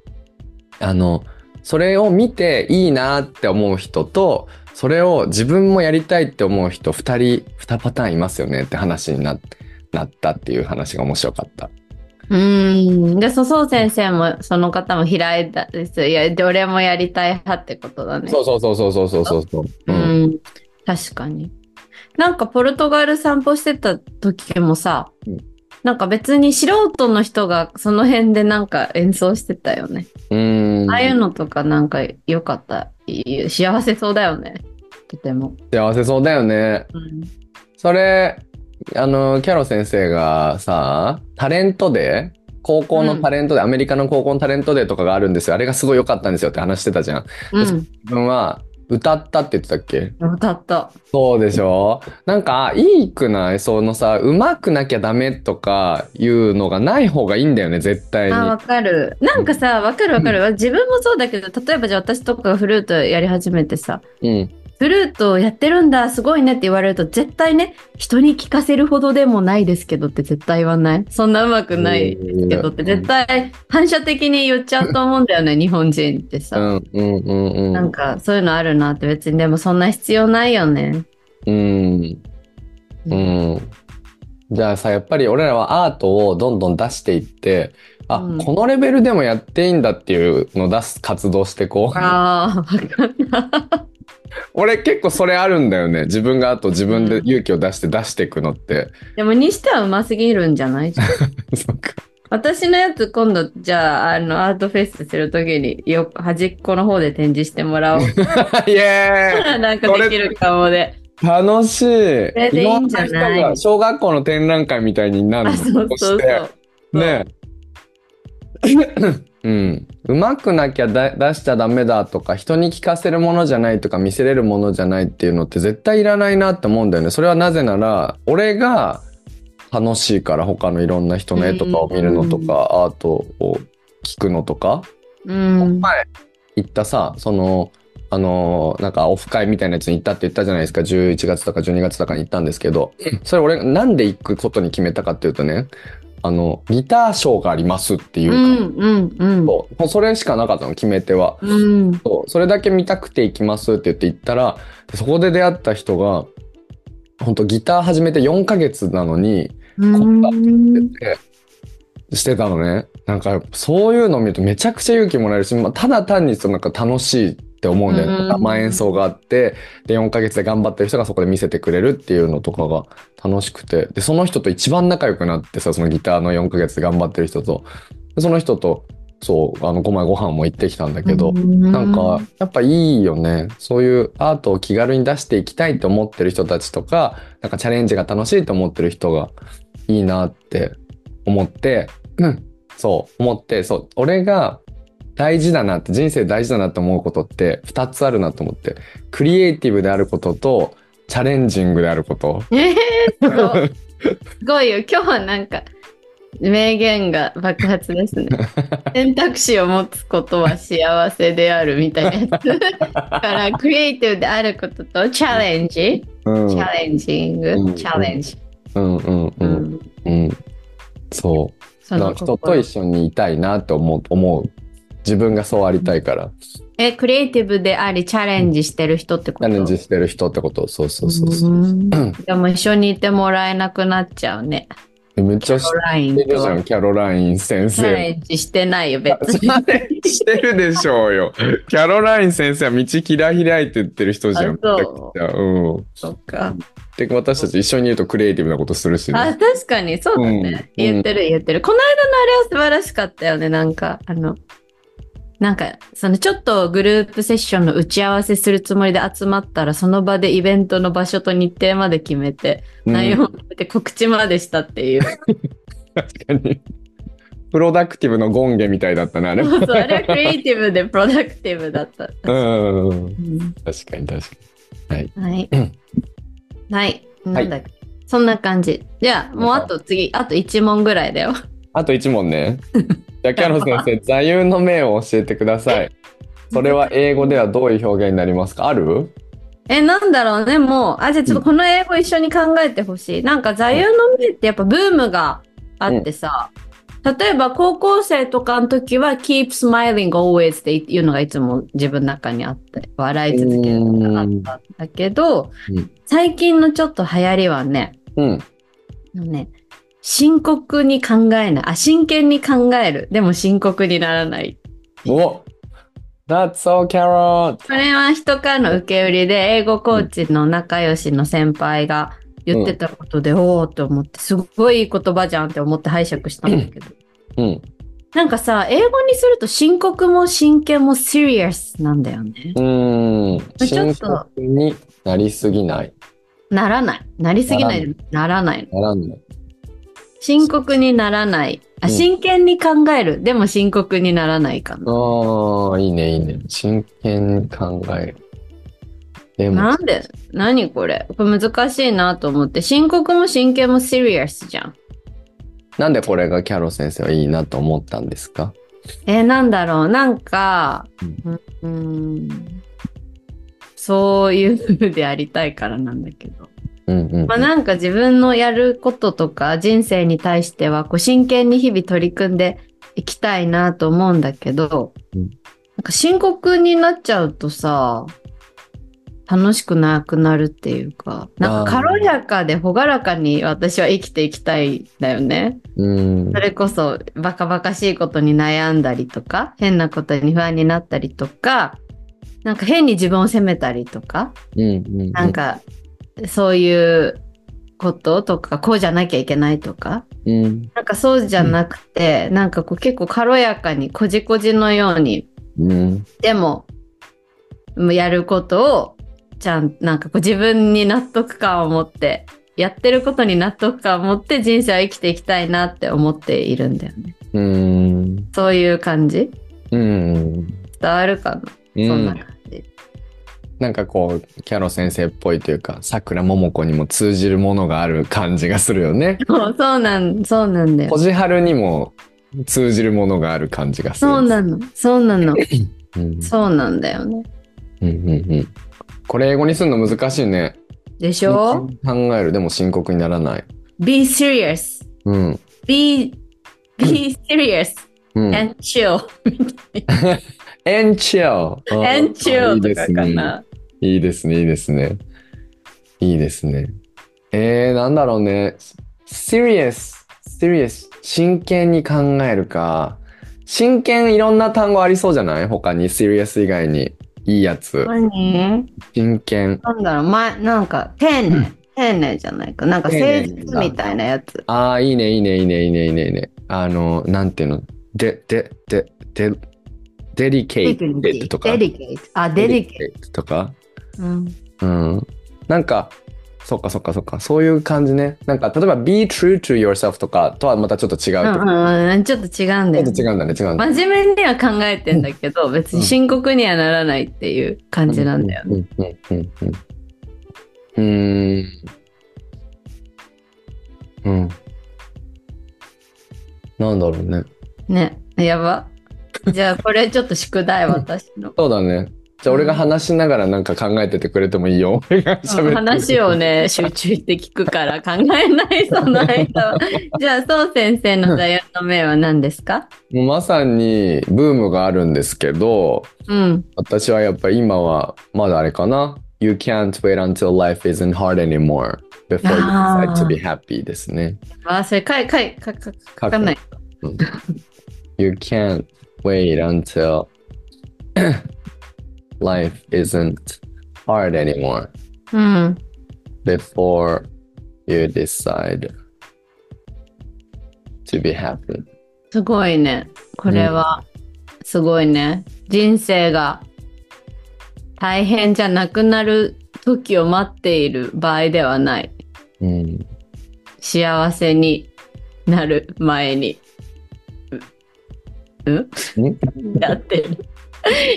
Speaker 1: あの、それを見ていいなって思う人と、それを自分もやりたいって思う人2人、2パターンいますよねって話にななったっていう話が面白かった。
Speaker 2: うん。で、そうそう先生も、その方も平井だです。いや、どれもやりたい派ってことだね。
Speaker 1: そうそうそうそうそうそうそうそう。
Speaker 2: う。ん。確かに。なんかポルトガル散歩してた時もさ、
Speaker 1: うん
Speaker 2: なんか別に素人の人がその辺でなんか演奏してたよね。
Speaker 1: うん。
Speaker 2: ああいうのとかなんか良かった。いい幸せそうだよね。とても。
Speaker 1: 幸せそうだよね。
Speaker 2: うん
Speaker 1: それ、あの、キャロ先生がさ、タレントで、高校のタレントで、アメリカの高校のタレントデーとかがあるんですよ。あれがすごい良かったんですよって話してたじゃん。
Speaker 2: うん。
Speaker 1: 自分は歌ったって言ってたっけ
Speaker 2: 歌った。
Speaker 1: そうでしょなんか、いいくないそのさ、うまくなきゃダメとかいうのがない方がいいんだよね、絶対に。
Speaker 2: あ、わかる。なんかさ、わかるわかる。自分もそうだけど、例えばじゃあ私とかがフルートやり始めてさ、
Speaker 1: うん。
Speaker 2: フルートをやってるんだ、すごいねって言われると、絶対ね、人に聞かせるほどでもないですけどって絶対言わない。そんな上手くないですけどっ
Speaker 1: う
Speaker 2: て、
Speaker 1: ん
Speaker 2: 絶対反射的に言っちゃうと思うんだよね、日本人って
Speaker 1: う
Speaker 2: さ。
Speaker 1: ん、うん、うん、う
Speaker 2: なん
Speaker 1: ん。
Speaker 2: か、そういうのあるなって別に、でもそんな必要ないよね。
Speaker 1: うん。うん。じゃあさ、やっぱり俺らはアートをどんどん出していって、あ、
Speaker 2: うん
Speaker 1: このレベルでもやっていいんだっていうのを出す活動してこう。
Speaker 2: ああ、わかんない。
Speaker 1: 俺結構それあるんだよね。自分があと自分で勇気を出して出していくのって。
Speaker 2: でもにしてはうますぎるんじゃない
Speaker 1: そっか。
Speaker 2: 私のやつ今度じゃああのアートフェスするときによ端っこの方で展示しても らおう
Speaker 1: イエーイ
Speaker 2: なんかできるかもで
Speaker 1: 楽しい。
Speaker 2: れでいいんじゃな
Speaker 1: ろ
Speaker 2: い
Speaker 1: 人が小学校の展覧会みたいになる
Speaker 2: あ
Speaker 1: の。
Speaker 2: そうそうそう
Speaker 1: こしてねえ。 うん、うまくなきゃだ出しちゃダメだとか人に聞かせるものじゃないとか見せれるものじゃないっていうのって絶対いらないなって思うんだよね。それはなぜなら俺が楽しいから他のいろんな人の絵とかを見るのと
Speaker 2: うん
Speaker 1: かアートを聞くのとか
Speaker 2: うん
Speaker 1: 行ったさそのあのーなんかオフ会みたいなやつに行ったって言ったじゃないですか11月とか12月とかに行ったんですけどそれ俺なんで行くことに決めたかっていうとねあのギターショーがありますっていう
Speaker 2: う
Speaker 1: か、
Speaker 2: んうんうん
Speaker 1: そうもうそれしかなかったの決め手は
Speaker 2: うん
Speaker 1: そうそれだけ見たくて行きますって言って行ったらそこで出会った人が本当ギター始めて4ヶ月なのに
Speaker 2: うん
Speaker 1: してたのねなんかそういうのを見るとめちゃくちゃ勇気もらえるし、まあ、ただ単にそのなんか楽しいって思うんだよね、
Speaker 2: うん
Speaker 1: 生演奏があってで4ヶ月で頑張ってる人がそこで見せてくれるっていうのとかが楽しくてでその人と一番仲良くなってさそのギターの4ヶ月で頑張ってる人とでその人とそうあのこの前ご飯も行ってきたんだけど、なんかやっぱいいよねそういうアートを気軽に出していきたいと思ってる人たちとかなんかチャレンジが楽しいと思ってる人がいいなって思って、うん、そう思ってそう俺が大事だなって人生大事だなって思うことって2つあるなと思ってクリエイティブであることとチャレンジングであること
Speaker 2: えーすごいすごいよ今日はなんか名言が爆発です ね選択肢を持つことは幸せであるみた いなやつだからクリエイティブであることとチャレンジ、
Speaker 1: うんう
Speaker 2: チ
Speaker 1: ん
Speaker 2: ャレンジング、
Speaker 1: うん
Speaker 2: チャレンジ、
Speaker 1: うんう
Speaker 2: うんん、
Speaker 1: うんそう
Speaker 2: その
Speaker 1: の人と
Speaker 2: 心
Speaker 1: 一緒にいたいなって思う思う自分がそうありたいから。
Speaker 2: えクリエイティブでありチャレンジしてる人ってこ
Speaker 1: チ
Speaker 2: と
Speaker 1: ャレンジしてる人ってことそうそうそうそう、
Speaker 2: んでも一緒にいてもらえなくなっちゃうね
Speaker 1: めっちゃ知
Speaker 2: オ
Speaker 1: っ
Speaker 2: ンライン
Speaker 1: てる
Speaker 2: と
Speaker 1: じゃんキャロライン先
Speaker 2: チャ
Speaker 1: 生
Speaker 2: レンジしてないよ別
Speaker 1: チ
Speaker 2: に
Speaker 1: ャレ ンジしてるでしょうよキャロライン先生は道ひらひらいて言ってる人じゃん
Speaker 2: あそ
Speaker 1: めちゃくちゃうん
Speaker 2: そっか
Speaker 1: で私たち一緒にいるとクリエイティブなことするし、
Speaker 2: あ
Speaker 1: ね、
Speaker 2: 確かにそうだね、
Speaker 1: うん
Speaker 2: 言ってる言ってるこの間のあれは素晴らしかったよねなんかあのなんかそのちょっとグループセッションの打ち合わせするつもりで集まったらその場でイベントの場所と日程まで決めて、
Speaker 1: うん
Speaker 2: 内容を決めて告知までしたって いうそ
Speaker 1: 確かにプロダクティブの権限みたいだった なあれ
Speaker 2: うそうあれはクリエイティブでプロダクティブだった、
Speaker 1: うん
Speaker 2: うん
Speaker 1: 確かに確かに
Speaker 2: はい
Speaker 1: うん
Speaker 2: はいなんだっけ、そんな感じじゃあもうあと次あと1問ぐらいだよ
Speaker 1: あと1問ねじゃあキャロ 先生座右の銘を教えてくださいそれは英語ではどういう表現になりますかある
Speaker 2: え、なんだろうね、もう。あ、じゃあちょっとこの英語一緒に考えてほしい。なんか座右の銘ってやっぱブームがあってさ、例えば高校生とかの時は keep smiling always っていうのがいつも自分の中にあって、笑い続けるのがあったんだけど
Speaker 1: うん、
Speaker 2: 最近のちょっと流行りはね、
Speaker 1: うん
Speaker 2: あのね、深刻に考えない。あ、真剣に考える。でも深刻にならない。
Speaker 1: お That's so carrot!
Speaker 2: それは人からの受け売りで英語コーチの仲良しの先輩が言ってたことで、おおって思ってすごいいい言葉じゃんって思って拝借したんだけど
Speaker 1: うん。
Speaker 2: なんかさ英語にすると深刻も真剣も serious なんだよね
Speaker 1: うーん。
Speaker 2: ちょっと
Speaker 1: 深刻になりすぎない。
Speaker 2: ならないなりすぎないでならないの
Speaker 1: ならんない。
Speaker 2: 深刻にならない。あ、
Speaker 1: うん
Speaker 2: 真剣に考える。でも深刻にならないかな。
Speaker 1: ああ、いいね、いいね。真剣に考える。でも、
Speaker 2: なんで何これこれ難しいなと思って。深刻も真剣もシリアスじゃん。
Speaker 1: なんでこれがキャロ先生はいいなと思ったんですか
Speaker 2: えーなんだろうなんか、うん、んそういう風でありたいからなんだけど。
Speaker 1: うんうんうん。
Speaker 2: まあなんか自分のやることとか人生に対してはこう真剣に日々取り組んでいきたいなと思うんだけど、
Speaker 1: うん
Speaker 2: なんか深刻になっちゃうとさ、楽しくなくなるっていうか、なんか
Speaker 1: あー
Speaker 2: 軽やかで朗らかに私は生きていきたいんだよね。
Speaker 1: うん
Speaker 2: それこそバカバカしいことに悩んだりとか、変なことに不安になったりとか、なんか変に自分を責めたりとか、
Speaker 1: うんうん。
Speaker 2: なん、か、そういうこととか、こうじゃなきゃいけないとか、
Speaker 1: うん
Speaker 2: なんかそうじゃなくて、なんかこう結構軽やかに、こじこじのように、
Speaker 1: うん。
Speaker 2: でも、もうやることを、ちゃん、なんかこう自分に納得感を持って、やってることに納得感を持って人生を生きていきたいなって思っているんだよね。
Speaker 1: うん。
Speaker 2: そういう感じ
Speaker 1: うん。
Speaker 2: 伝わるか な、
Speaker 1: う。
Speaker 2: そんなん感じ。
Speaker 1: なんかこう、キャロ先生っぽいというか、さくらももこにも通じるものがある感じがするよね。
Speaker 2: そうそうなん、そうなんだよ
Speaker 1: こ。じはるにも通じるものがある感じがする。
Speaker 2: そうなの、そうなの、
Speaker 1: うん
Speaker 2: そうなんだよね。
Speaker 1: うんうんうん。これ英語にするの難しいね。
Speaker 2: でしょ
Speaker 1: 考えるでも深刻にならない。
Speaker 2: ?Be serious.
Speaker 1: うん
Speaker 2: Be, be serious
Speaker 1: うん。
Speaker 2: and chill.
Speaker 1: and chill. あーい
Speaker 2: and chill
Speaker 1: いで
Speaker 2: とか
Speaker 1: す
Speaker 2: か
Speaker 1: ね。
Speaker 2: な。
Speaker 1: いいですね。いいですね。いいですね。えー、なんだろうね。serious。serious。真剣に考えるか。真剣いろんな単語ありそうじゃない他に serious 以外に。いいやつ。
Speaker 2: 何
Speaker 1: 真剣。
Speaker 2: なんだろう、前、なんか、丁寧。丁寧じゃないか。なんか、
Speaker 1: 丁
Speaker 2: 誠
Speaker 1: 寧
Speaker 2: 実みたいなやつ。
Speaker 1: ああ、いいね、いいね、いいね、いいね、いいね、いいね。あの、なんていうので、で、で、で、デリケイトとか。
Speaker 2: デリケート。あ、デリケー
Speaker 1: デリケイトとか。
Speaker 2: ト。うん。
Speaker 1: うん。なんか、そっかそっかそっか。そういう感じね。なんか、例えば、be true to yourself とかとはまたちょっと違う
Speaker 2: う
Speaker 1: と
Speaker 2: んうんうん、ちょっと違うんだ
Speaker 1: ちょ
Speaker 2: よ
Speaker 1: っと違
Speaker 2: ね。
Speaker 1: うんだね、違うんだね。
Speaker 2: 真面目には考えてんだけど、別に深刻にはならないっていう感じなんだよね。
Speaker 1: ね。うんうんうんうん。うーん。うん。なんだろうね。
Speaker 2: ね。やば。じゃあ、これちょっと宿題、私の。
Speaker 1: そうだね。じゃあ俺が話しながらなんか考えててくれてもいいよ。俺が喋って
Speaker 2: うん
Speaker 1: る
Speaker 2: 話を。ね、集中して聞くから考えない、その間 は。じゃあ、そう先生の座右の銘は何ですか
Speaker 1: もうまさにブームがあるんですけど、
Speaker 2: うん。
Speaker 1: 私はやっぱり今はまだあれかな。You can't wait until life isn't hard anymore before you
Speaker 2: あー
Speaker 1: decide to be happy ですね。
Speaker 2: あ、それ、かい、かい、か、か、か
Speaker 1: 書
Speaker 2: かんない。。
Speaker 1: うん you can't wait until life isn't hard anymore
Speaker 2: うん。
Speaker 1: before you decide to be happy.
Speaker 2: すごいね。これは、すごいね。人生が大変じゃなくなる時を待っている場合ではない。
Speaker 1: うん、
Speaker 2: 幸せになる前に。ううんだってる。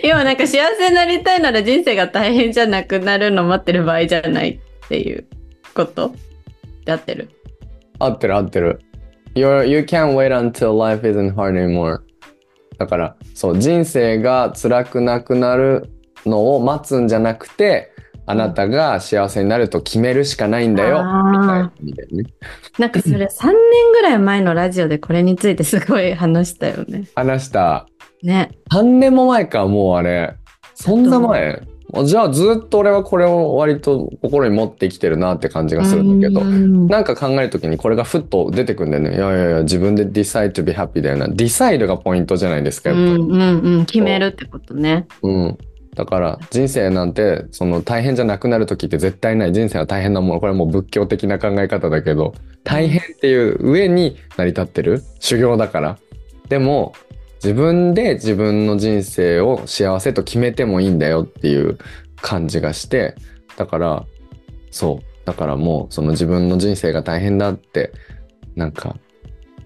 Speaker 2: 今なんか幸せになりたいなら人生が大変じゃなくなるの待ってる場合じゃないっていうことだってる。
Speaker 1: 合ってる合ってる。You're, you can't wait until life isn't hard anymore. だから、そう、人生が辛くなくなるのを待つんじゃなくて、あなたが幸せになると決めるしかないんだよ。みたい
Speaker 2: あ
Speaker 1: な意味だよね
Speaker 2: ーなんかそ れ3年ぐらい前のラジオでこれについてすごい話したよね。
Speaker 1: 話した。
Speaker 2: ね。
Speaker 1: 3年も前か、もうあれ。そんな前あじゃあずっと俺はこれを割と心に持ってきてるなって感じがするんだけど
Speaker 2: う。ん
Speaker 1: なんか考えるときにこれがふっと出てくるんだよね。いやいやいや、自分で decide to be happy だよな。decide がポイントじゃないですか、
Speaker 2: う
Speaker 1: やっぱり。
Speaker 2: んうんうん、決めるってことね。
Speaker 1: うん。だから人生なんてその大変じゃなくなる時って絶対ない人生は大変なものこれはもう仏教的な考え方だけど大変っていう上に成り立ってる修行だからでも自分で自分の人生を幸せと決めてもいいんだよっていう感じがしてだからそうだからもうその自分の人生が大変だってなんか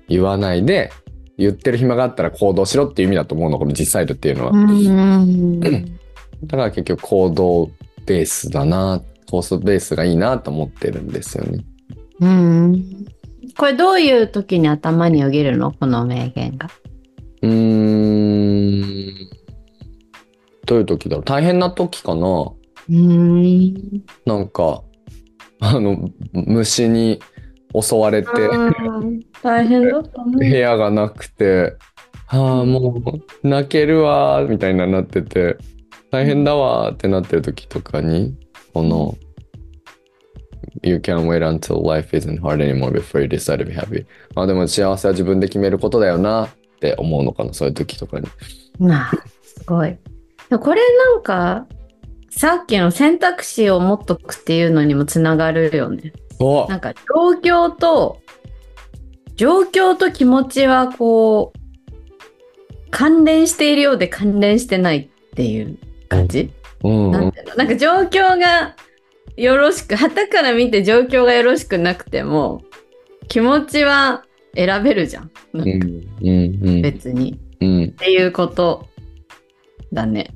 Speaker 1: 言わないで言ってる暇があったら行動しろっていう意味だと思うのこの実際ルっていうのは、
Speaker 2: うん。
Speaker 1: だから結局行動ベースだなコースベースがいいなと思ってるんですよね
Speaker 2: うん。これどういう時に頭によぎるのこの名言が。
Speaker 1: うーんどういう時だろう大変な時かな
Speaker 2: うん。
Speaker 1: なんかあの虫に襲われて、
Speaker 2: 大変だった
Speaker 1: 部
Speaker 2: ね。
Speaker 1: 屋がなくて、ああ、もう泣けるわーみたいななってて、大変だわーってなってる時とかに、この、You can't wait until life isn't hard anymore before you decide to be happy. まあでも幸せは自分で決めることだよなって思うのかな、そういう時とかに。
Speaker 2: なあ、すごい。でもこれなんか、さっきの選択肢を持っとくっていうのにもつながるよね。
Speaker 1: お
Speaker 2: なんか状況と、状況と気持ちはこう、関連しているようで関連してないっていう感じ、
Speaker 1: うんう
Speaker 2: なん
Speaker 1: ん
Speaker 2: ていうのなんか状況がよろしく、旗から見て状況がよろしくなくても、気持ちは選べるじゃん。な
Speaker 1: うん
Speaker 2: か
Speaker 1: ん
Speaker 2: 別に。
Speaker 1: うんうん。
Speaker 2: っていうことだね。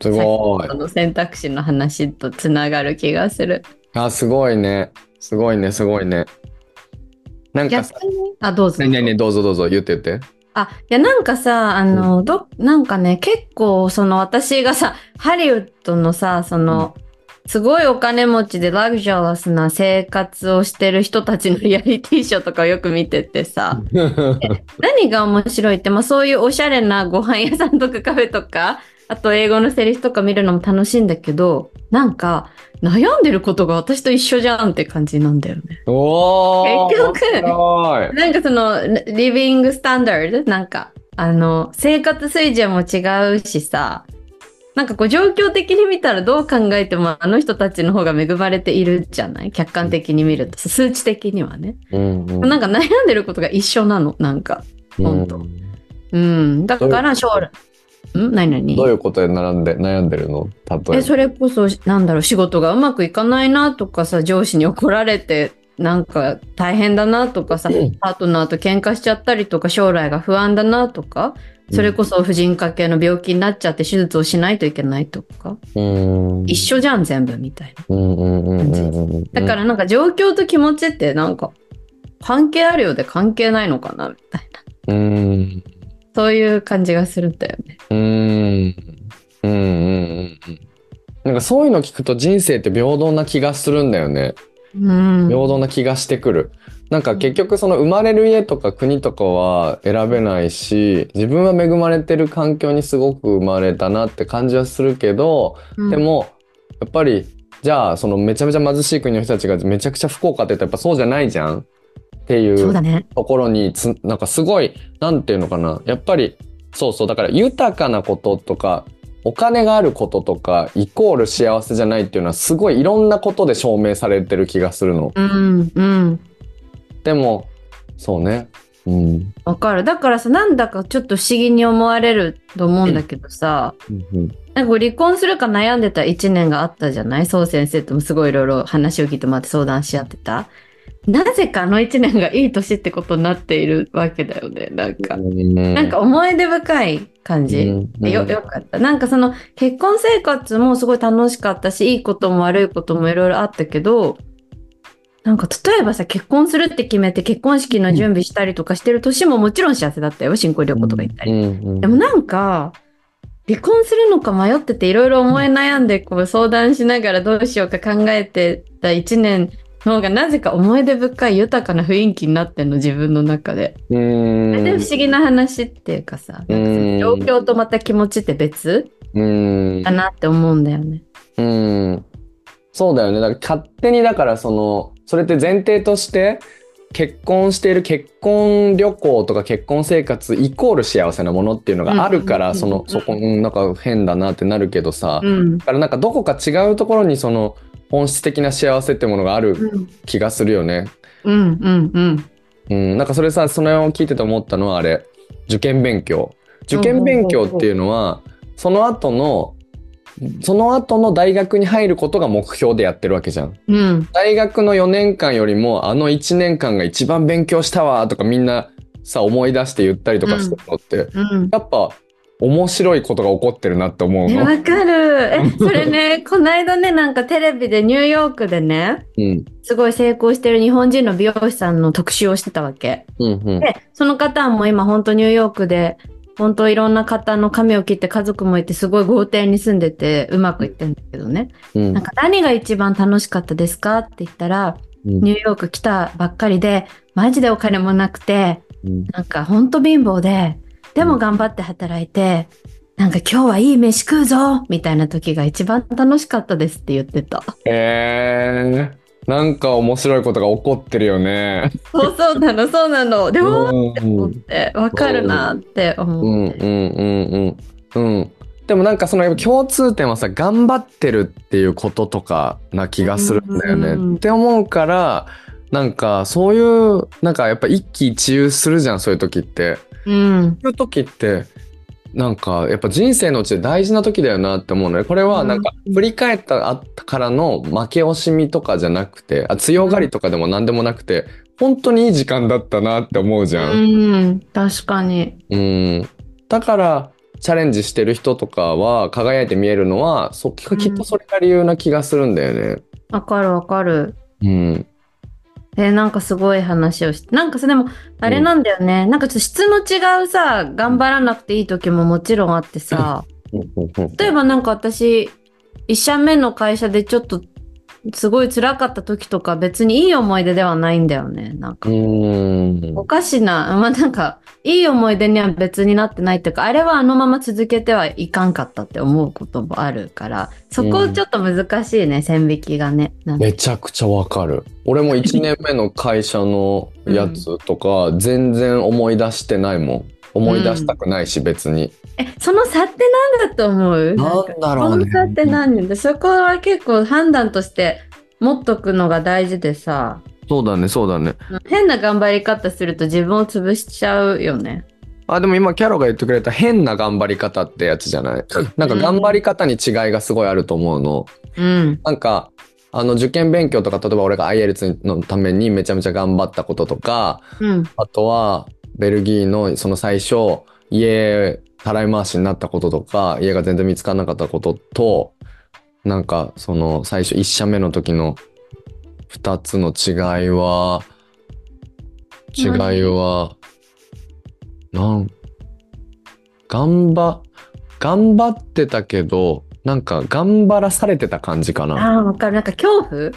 Speaker 1: すごい
Speaker 2: そ。の選択肢の話とつながる気がする。
Speaker 1: あ、すごいね。すごいね、すごいね。なんかさ、
Speaker 2: 逆にあ、どうぞ。
Speaker 1: ねえねえねえどうぞどうぞ言って言って。
Speaker 2: あ、いや、なんかさ、あの、ど、なんかね、結構、その、私がさ、ハリウッドのさ、その、すごいお金持ちでラグジュアスな生活をしてる人たちのリアリティショーとかをよく見ててさ、何が面白いって、まあそういうおしゃれなご飯屋さんとかカフェとか、あと英語のセリフとか見るのも楽しいんだけど、なんか悩んでることが私と一緒じゃんって感じなんだよね。
Speaker 1: おお
Speaker 2: 結局
Speaker 1: 面白い
Speaker 2: なんかそのリビングスタンダードなんかあの生活水準も違うしさなんかこう状況的に見たらどう考えてもあの人たちの方が恵まれているじゃない客観的に見ると数値的にはね、
Speaker 1: うんうん
Speaker 2: なんか悩んでることが一緒なのなんか本当
Speaker 1: うん
Speaker 2: うんだから将来ん何何
Speaker 1: どういうことで並んで悩んでるの例えば。
Speaker 2: えそれこそなんだろう仕事がうまくいかないなとかさ上司に怒られてなんか大変だなとかさ
Speaker 1: うん
Speaker 2: パートナーと喧嘩しちゃったりとか将来が不安だなとかそれこそ婦人科系の病気になっちゃって手術をしないといけないとか、
Speaker 1: うん
Speaker 2: 一緒じゃん全部みたい
Speaker 1: うんうんうんうんうん
Speaker 2: なだからなんか状況と気持ちってなんか関係あるようで関係ないのかなみたいな
Speaker 1: うん
Speaker 2: そういう感じがするんだよね
Speaker 1: うんうんうんうんうんなんかそういうの聞くと人生って平等な気がするんだよね。
Speaker 2: うん
Speaker 1: 平等な気がしてくる。なんか結局その生まれる家とか国とかは選べないし自分は恵まれてる環境にすごく生まれたなって感じはするけど、でもやっぱりじゃあそのめちゃめちゃ貧しい国の人たちがめちゃくちゃ不幸かって言ったらやっぱそうじゃないじゃんってい
Speaker 2: そうだ
Speaker 1: う
Speaker 2: ね
Speaker 1: ところにつなんかすごいなんていうのかなやっぱりそうそうだから豊かなこととかお金があることとかイコール幸せじゃないっていうのはすごいいろんなことで証明されてる気がするの。
Speaker 2: うんうん
Speaker 1: でもそうね。うん。
Speaker 2: わかるだからさなんだかちょっと不思議に思われると思うんだけどさ、
Speaker 1: うん
Speaker 2: なんかこう離婚するか悩んでた1年があったじゃないそう先生ともすごいいろいろ話を聞いてもらって相談し合ってたなぜかあの1年がいい年ってことになっているわけだよねなんか、なんか思い出深い感じ、
Speaker 1: うん
Speaker 2: よよかったなんかその結婚生活もすごい楽しかったしいいことも悪いこともいろいろあったけどなんか例えばさ結婚するって決めて結婚式の準備したりとかしてる年ももちろん幸せだったよ新婚旅行とか行ったり。
Speaker 1: うん
Speaker 2: でもなんか離婚するのか迷ってていろいろ思い悩んでこう相談しながらどうしようか考えてた1年の方がなぜか思い出深い豊かな雰囲気になってんの自分の中で。
Speaker 1: うん
Speaker 2: で不思議な話っていうかさなんかその状況とまた気持ちって別
Speaker 1: うん
Speaker 2: だなって思うんだよね。
Speaker 1: うん。そうだよね。だから勝手にだからその、それって前提として、結婚している結婚旅行とか結婚生活イコール幸せなものっていうのがあるか
Speaker 2: う
Speaker 1: ら、
Speaker 2: ん
Speaker 1: その、
Speaker 2: うん
Speaker 1: そこ、うんなんか変だなってなるけどさ、
Speaker 2: うん
Speaker 1: だからなんかどこか違うところにその、本質的な幸せってものがあ
Speaker 2: う
Speaker 1: る
Speaker 2: ん
Speaker 1: 気がするよね。
Speaker 2: うんうんうん
Speaker 1: うん、なんかそれさそれを聞いてて思ったのはあれ受験勉強受験勉強っていうのはその後のその後の大学に入ることが目標でやってるわけじゃん
Speaker 2: うん
Speaker 1: 大学の4年間よりもあの1年間が一番勉強したわとかみんなさ思い出して言ったりとかしてるのって、
Speaker 2: うん。
Speaker 1: やっぱ面白いことが起こってるなって思う
Speaker 2: え、
Speaker 1: の。
Speaker 2: わかる。え、それね、こないだね、なんかテレビでニューヨークでね、
Speaker 1: うん、
Speaker 2: すごい成功してる日本人の美容師さんの特集をしてたわけ。
Speaker 1: うん、うん。
Speaker 2: で、その方はもう今本当ニューヨークで、本当いろんな方の髪を切って家族もいて、すごい豪邸に住んでて、うまくいってんだけどね。
Speaker 1: うん
Speaker 2: なんか何が一番楽しかったですかって言ったら、
Speaker 1: うん
Speaker 2: ニューヨーク来たばっかりで、マジでお金もなくて、
Speaker 1: うん
Speaker 2: なんかほんと貧乏で、でも頑張って働いて、なんか今日はいい飯食うぞみたいな時が一番楽しかったですって言ってた。
Speaker 1: えー、なんか面白いことが起こってるよね。
Speaker 2: そうそうなの、そうなの。で
Speaker 1: う
Speaker 2: も、
Speaker 1: ん、う
Speaker 2: 思っ
Speaker 1: ん、
Speaker 2: て、わかるなって
Speaker 1: う
Speaker 2: 思
Speaker 1: ん、
Speaker 2: う。
Speaker 1: うん、うん、うん。でもなんかそのやっぱ共通点はさ頑張ってるっていうこととかな気がするんだよね。
Speaker 2: うん
Speaker 1: って思うからなんかそういうなんかやっぱ一喜一憂するじゃんそういう時って。
Speaker 2: うん。
Speaker 1: そういう時ってなんかやっぱ人生のうちで大事な時だよなって思うのでこれはなんか
Speaker 2: うん
Speaker 1: 振り返ったあったからの負け惜しみとかじゃなくてあ強がりとかでも何でもなくて本当にいい時間だったなって思うじゃん。
Speaker 2: うん、確かに。
Speaker 1: うん、だからチャレンジしてる人とかは輝いて見えるのはそききっとそれが理由な気がするんだよね。
Speaker 2: わかるわかる。
Speaker 1: うん、
Speaker 2: えーなんかすごい話をして、なんかそれでも、あれなんだよね、なんかちょっと質の違うさ、頑張らなくていい時ももちろんあってさ、例えばなんか私、一社目の会社でちょっと、すごい辛かった時とか別にいい思い出ではないんだよね。なんか、
Speaker 1: うん
Speaker 2: おかしな、まあなんか、いい思い出には別になってないっていうか、あれはあのまま続けてはいかんかったって思うこともあるから、そこちょっと難しいね、線引きがね。なんか
Speaker 1: めちゃくちゃわかる俺も1年目の会社のやつとか全然思い出してないもん思い出したくないし別に、
Speaker 2: え、その差って何だと思う
Speaker 1: なんだろうね
Speaker 2: その差って何で、そこは結構判断として持っとくのが大事でさ、
Speaker 1: そうだねそうだね
Speaker 2: 変な頑張り方すると自分を潰しちゃうよね。
Speaker 1: あでも今キャロが言ってくれた変な頑張り方ってやつじゃないなんか頑張り方に違いがすごいあると思うの、
Speaker 2: うん。
Speaker 1: なんかあの受験勉強とか例えば俺が IELTS のためにめちゃめちゃ頑張ったこととか
Speaker 2: うん。
Speaker 1: あとは、ベルギーのその最初、家、たらい回しになったこととか、家が全然見つからなかったことと、なんか、その最初、1社目の時の2つの違いは、違
Speaker 2: 何
Speaker 1: いは、なん、頑張、頑張ってたけど、なんか、頑張らされてた感じかな。
Speaker 2: ああ、わかる。なんか恐怖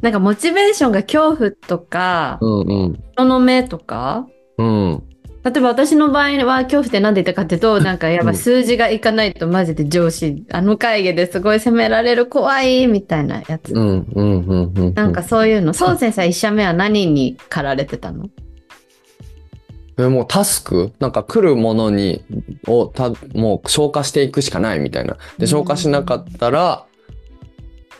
Speaker 2: なんかモチベーションが恐怖とか
Speaker 1: う、んうん。
Speaker 2: 人の目とか、
Speaker 1: うん。
Speaker 2: 例えば私の場合は恐怖って何で言ったかっていうと、なんかやっぱ数字がいかないとマジで上司、あの会議ですごい責められる怖いみたいなやつ。
Speaker 1: うんうんうんうん。
Speaker 2: なんか、そういうの、そう先生一社目は何に駆られてたの
Speaker 1: えもうタスクなんか来るものにをたもう消化していくしかないみたいな。
Speaker 2: うん
Speaker 1: で消化しなかったら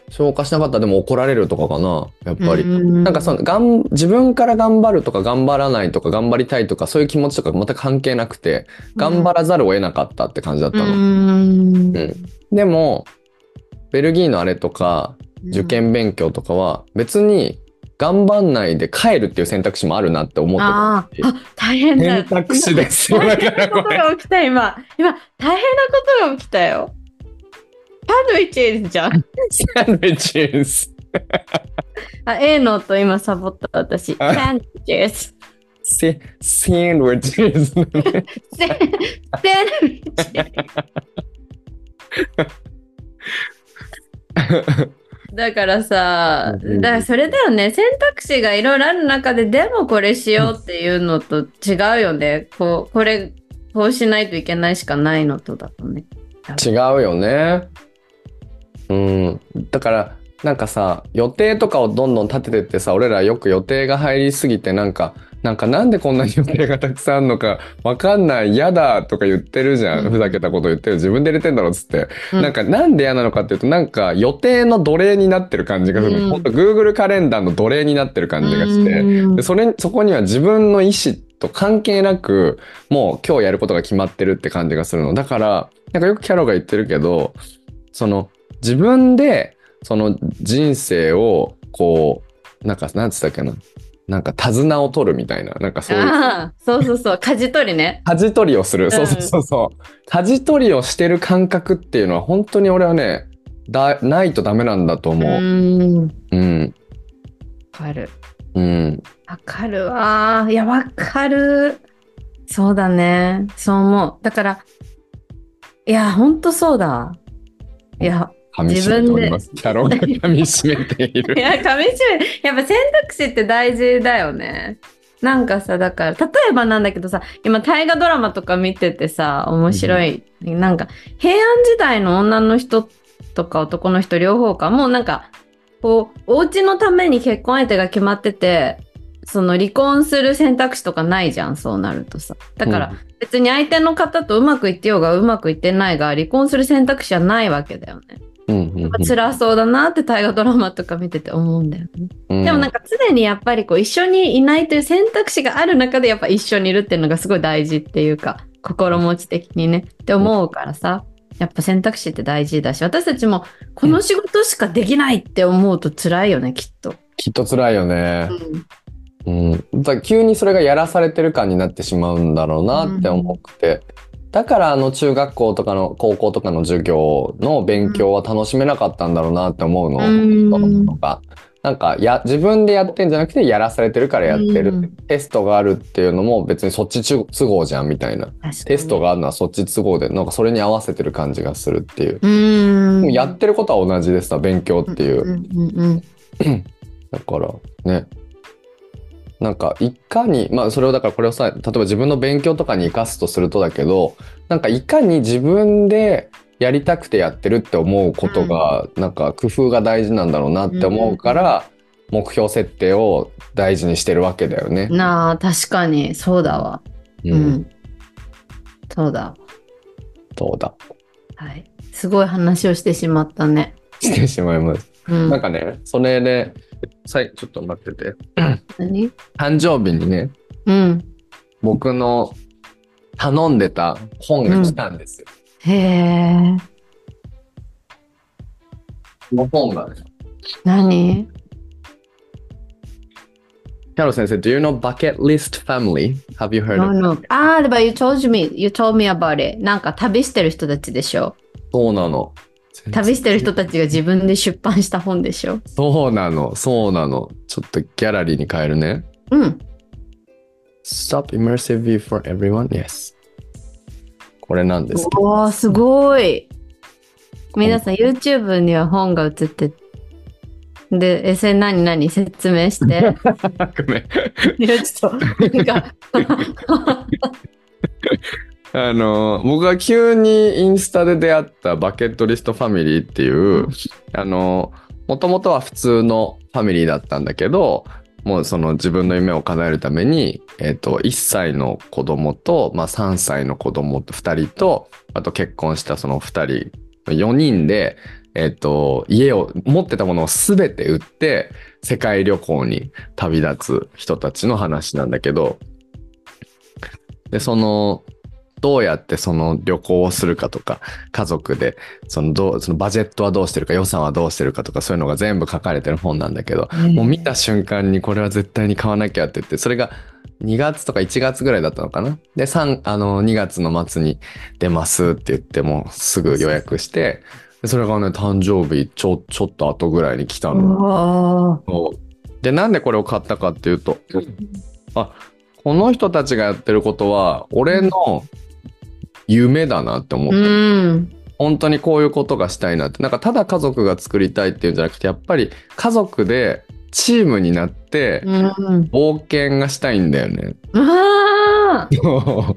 Speaker 1: 消化しなかったらでも怒られるとかかなやっぱり。
Speaker 2: な
Speaker 1: なんかそのがん自分から頑張るとか頑張らないとか頑張りたいとかそういう気持ちとか全く関係なくて頑張らざるを得なかったって感じだったの。
Speaker 2: の
Speaker 1: うんでもベルギーのあれとか受験勉強とかは別に頑張んないで帰るっていう選択肢もあるなって思ってた。
Speaker 2: あーあ、大変だ。
Speaker 1: 選択肢ですよだ
Speaker 2: 大変
Speaker 1: か
Speaker 2: な
Speaker 1: ら
Speaker 2: こ
Speaker 1: ことれ。
Speaker 2: が起きた今。今、大変なことが起きたよ。サンドイッチじ ゃん。
Speaker 1: サンドイッチです。
Speaker 2: あ、A の音今サボった私。
Speaker 1: あ
Speaker 2: サンドイッチです。
Speaker 1: セサンドイッチです。
Speaker 2: サンサンドイッチ だからさ、
Speaker 1: うんうん
Speaker 2: だからそれだよね選択肢がいろいろある中ででもこれしようっていうのと違うよねこうこれこうしないといけないしかないのとだとね。
Speaker 1: 違うよね。うん。だから、なんかさ、予定とかをどんどん立ててってさ、俺らよく予定が入りすぎて、なんか、なんかなんでこんなに予定がたくさんあるのかわかんない、嫌だとか言ってるじゃ
Speaker 2: うん
Speaker 1: ん。ふざけたこと言ってる。自分で入れてんだろっつって。
Speaker 2: うん
Speaker 1: なんか、なんで嫌なのかっていうと、なんか予定の奴隷になってる感じがする。
Speaker 2: うん
Speaker 1: ほんと Google カレンダーの奴隷になってる感じがして。
Speaker 2: うん
Speaker 1: でそれそこには自分の意思と関係なくもう今日やることが決まってるって感じがするのだからなんかよくキャロが言ってるけどその自分でその人生をこうなんかなんつったっけななんか手綱を取るみたいな、なんかそういう、
Speaker 2: ああ、そうそうそう、舵取りね。
Speaker 1: 舵取りをする。そうそうそうそう。舵取りをしてる感覚っていうのは、本当に俺はね、だないとダメなんだと
Speaker 2: う
Speaker 1: 思う。
Speaker 2: ーん、わ
Speaker 1: うん。
Speaker 2: かる。
Speaker 1: うん。
Speaker 2: わかるわー。いや、わかる。そうだね。そう思う。だから、いや、ほんとそうだ。いや、
Speaker 1: 噛み締めております。キャロンが噛み締めてい
Speaker 2: い
Speaker 1: る。
Speaker 2: や、噛み締め、やっぱ選択肢って大事だよね。なんかさ、だから、例えばなんだけどさ、今大河ドラマとか見ててさ、面白い。なんか、平安時代の女の人とか男の人両方か、もうなんか、こう、お家のために結婚相手が決まってて、その離婚する選択肢とかないじゃん、そうなるとさ。 だから、別に相手の方とうまくいってようがうまくいってないが、離婚する選択肢はないわけだよね。
Speaker 1: うん、うん
Speaker 2: やっぱ辛そうだなって大河ドラマとか見てて思うんだよね。
Speaker 1: うん、
Speaker 2: でもなん
Speaker 1: か、
Speaker 2: か常にやっぱりこう一緒にいないという選択肢がある中でやっぱ一緒にいるっていうのがすごい大事っていうか心持ち的にねって思うからさやっぱ選択肢って大事だし私たちもこの仕事しかできないって思うと辛いよねきっと。
Speaker 1: きっと辛いよね。う
Speaker 2: ん、
Speaker 1: ん、だから急にそれがやらされてる感になってしまうんだろうなって思って、だからあの中学校とかの高校とかの授業の勉強は楽しめなかったんだろうなって思うの、
Speaker 2: うん
Speaker 1: 子供とかなんかや自分でやってんじゃなくてやらされてるからやってる、
Speaker 2: うん
Speaker 1: テストがあるっていうのも別にそっち都合じゃんみたいなテスト
Speaker 2: が
Speaker 1: があるのはそっち都合でなんかそれに合わせてる感じがするっていう、
Speaker 2: う
Speaker 1: で
Speaker 2: ー
Speaker 1: も
Speaker 2: ん
Speaker 1: やってることは同じでした勉強っていう、
Speaker 2: うんうんうん
Speaker 1: だからねなんかいかにまあそれをだからこれをさ例えば自分の勉強とかに生かすとするとだけどなんかいかに自分でやりたくてやってるって思うことが、なんか工夫が大事なんだろうなって思うから、目標設定を大事にしてるわけだよね。
Speaker 2: なあ確かにそうだわ。
Speaker 1: う、
Speaker 2: うんん、そうだ。
Speaker 1: どうだ
Speaker 2: はい。すごい話をしてしまったね。
Speaker 1: してしまいます。
Speaker 2: うん、
Speaker 1: なんかねそれでさいちょっと待ってて
Speaker 2: 何
Speaker 1: 誕生日にね
Speaker 2: うん。
Speaker 1: 僕の頼んでた本が来たんですよ。
Speaker 2: へえ。
Speaker 1: この本がね
Speaker 2: 何
Speaker 1: キャロ先生、Do you know Bucket List Family? Have you heard
Speaker 2: No,
Speaker 1: of it?
Speaker 2: no. あれば you told me, you told me about it. なんか旅してる人たちでしょ。
Speaker 1: そうなの。
Speaker 2: 旅してる人たちが自分で出版した本でしょ。
Speaker 1: そうなの、そうなの。ちょっとギャラリーに変えるね。
Speaker 2: うん。
Speaker 1: Stop Immersive View for Everyone? Yes. これなんですけど。
Speaker 2: おー、すごい。皆さん YouTube には本が映って。で、え、それ何何説 明して。
Speaker 1: ごめん。
Speaker 2: いや、ちょっと、なんか。
Speaker 1: あの、僕が急にインスタで出会ったバケットリストファミリーっていう、あの、もともとは普通のファミリーだったんだけど、もうその自分の夢を叶えるために、えっ、と、1歳の子供と、まあ3歳の子供と2人と、あと結婚したその2人、4人で、えっ、と、家を、持ってたものを全て売って、世界旅行に旅立つ人たちの話なんだけど、で、その、どうやってその旅行をするかとか、家族でそのどうそのバジェットはどうしてるか予算はどうしてるかとかそういうのが全部書かれてる本なんだけど、もう見た瞬間にこれは絶対に買わなきゃって言ってそれが2月とか1月ぐらいだったのかなで3あの2月の末に出ますって言ってもうすぐ予約してでそれがね誕生日ちょちょっと後ぐらいに来たの。
Speaker 2: おー。
Speaker 1: そうでなんでこれを買ったかっていうとあこの人たちがやってることは俺の夢だなって思っ
Speaker 2: う
Speaker 1: た、
Speaker 2: ん。
Speaker 1: 本当にこういうことがしたいなってなんかただ家族が作りたいっていうんじゃなくてやっぱり家族でチームになって
Speaker 2: うん。
Speaker 1: 冒険がしたいんだよね。
Speaker 2: あー。
Speaker 1: そ
Speaker 2: あ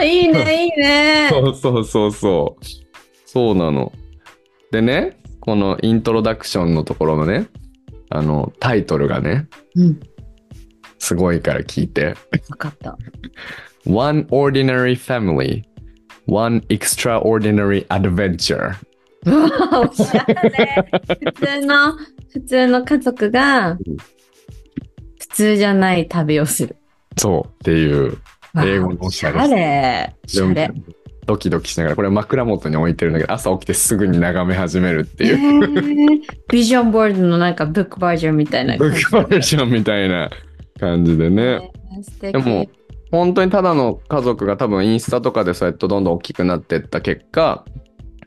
Speaker 2: あ、いいね、いいね。
Speaker 1: う そうそうそうそうなの。でねこのイントロダクションのところのねあのタイトルがね
Speaker 2: うん、
Speaker 1: すごいから聞いて。
Speaker 2: わかった。
Speaker 1: One ordinary family, one extraordinary adventure.
Speaker 2: うわ、おしゃれ。普通の、普通の家族が
Speaker 1: うん、
Speaker 2: 普通じゃない旅をする。
Speaker 1: そうっていう
Speaker 2: わあ
Speaker 1: 英語のおしゃれ
Speaker 2: おしゃれ。おしゃれ。
Speaker 1: ドキドキしながらこれ枕元に置いてるんだけど朝起きてすぐに眺め始めるって
Speaker 2: え
Speaker 1: いう
Speaker 2: ービジョンボールのなんかブックバージョンみたいな
Speaker 1: ブ
Speaker 2: 感
Speaker 1: ッ
Speaker 2: じ。
Speaker 1: クバージョンみたいな感じでね。
Speaker 2: えー素敵
Speaker 1: でも本当にただの家族が多分インスタとかでそうやってどんどん大きくなってった結果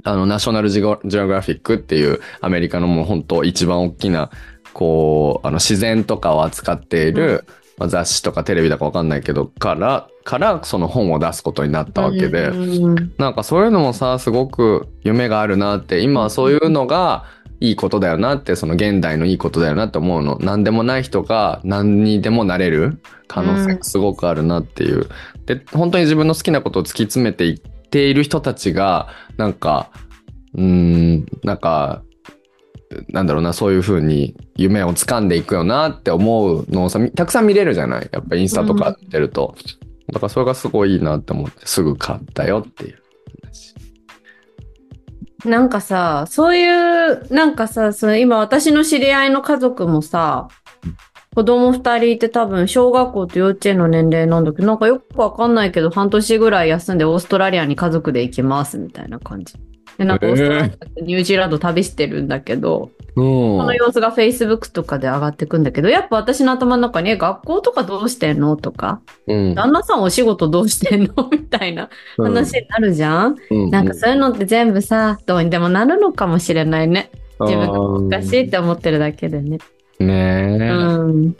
Speaker 1: あのナショナルジオジオグラフィックっていうアメリカのもう本当一番大きなこうあの自然とかを扱っている、まあ雑誌とかテレビだかわかんないけどからからその本を出すことになったわけで、
Speaker 2: うんうん
Speaker 1: なんかそういうのもさすごく夢があるなって今はそういうのがいいことだよなってその現代のいいことだよなって思うの何でもない人が何にでもなれる可能性がすごくあるなっていう、で本当に自分の好きなことを突き詰めていっている人たちがなんかうーんなんかなんだろうなそういう風に夢を掴んでいくよなって思うのをさみたくさん見れるじゃないやっぱインスタとか見てると、だからそれがすごいいいなって思ってすぐ買ったよっていう話
Speaker 2: なんかさ、そういう、なんかさ、その今私の知り合いの家族もさ、子供二人いて多分小学校と幼稚園の年齢なんだけど、なんかよくわかんないけど、半年ぐらい休んでオーストラリアに家族で行きますみたいな感じ。で、なんか
Speaker 1: へ
Speaker 2: オ
Speaker 1: え
Speaker 2: ーストラリアとニュージーランド旅してるんだけど、
Speaker 1: うん
Speaker 2: その様子が Facebook とかで上がってくんだけど、やっぱ私の頭の中に、え学校とかどうしてんのとか、
Speaker 1: うん
Speaker 2: 旦那さんお仕事どうしてんのみたいな話になるじゃん
Speaker 1: うん
Speaker 2: なんかそういうのって全部さ、どうにでもなるのかもしれないね。自分
Speaker 1: 分
Speaker 2: おかしいって思ってるだけでね。
Speaker 1: ねえ、
Speaker 2: うん。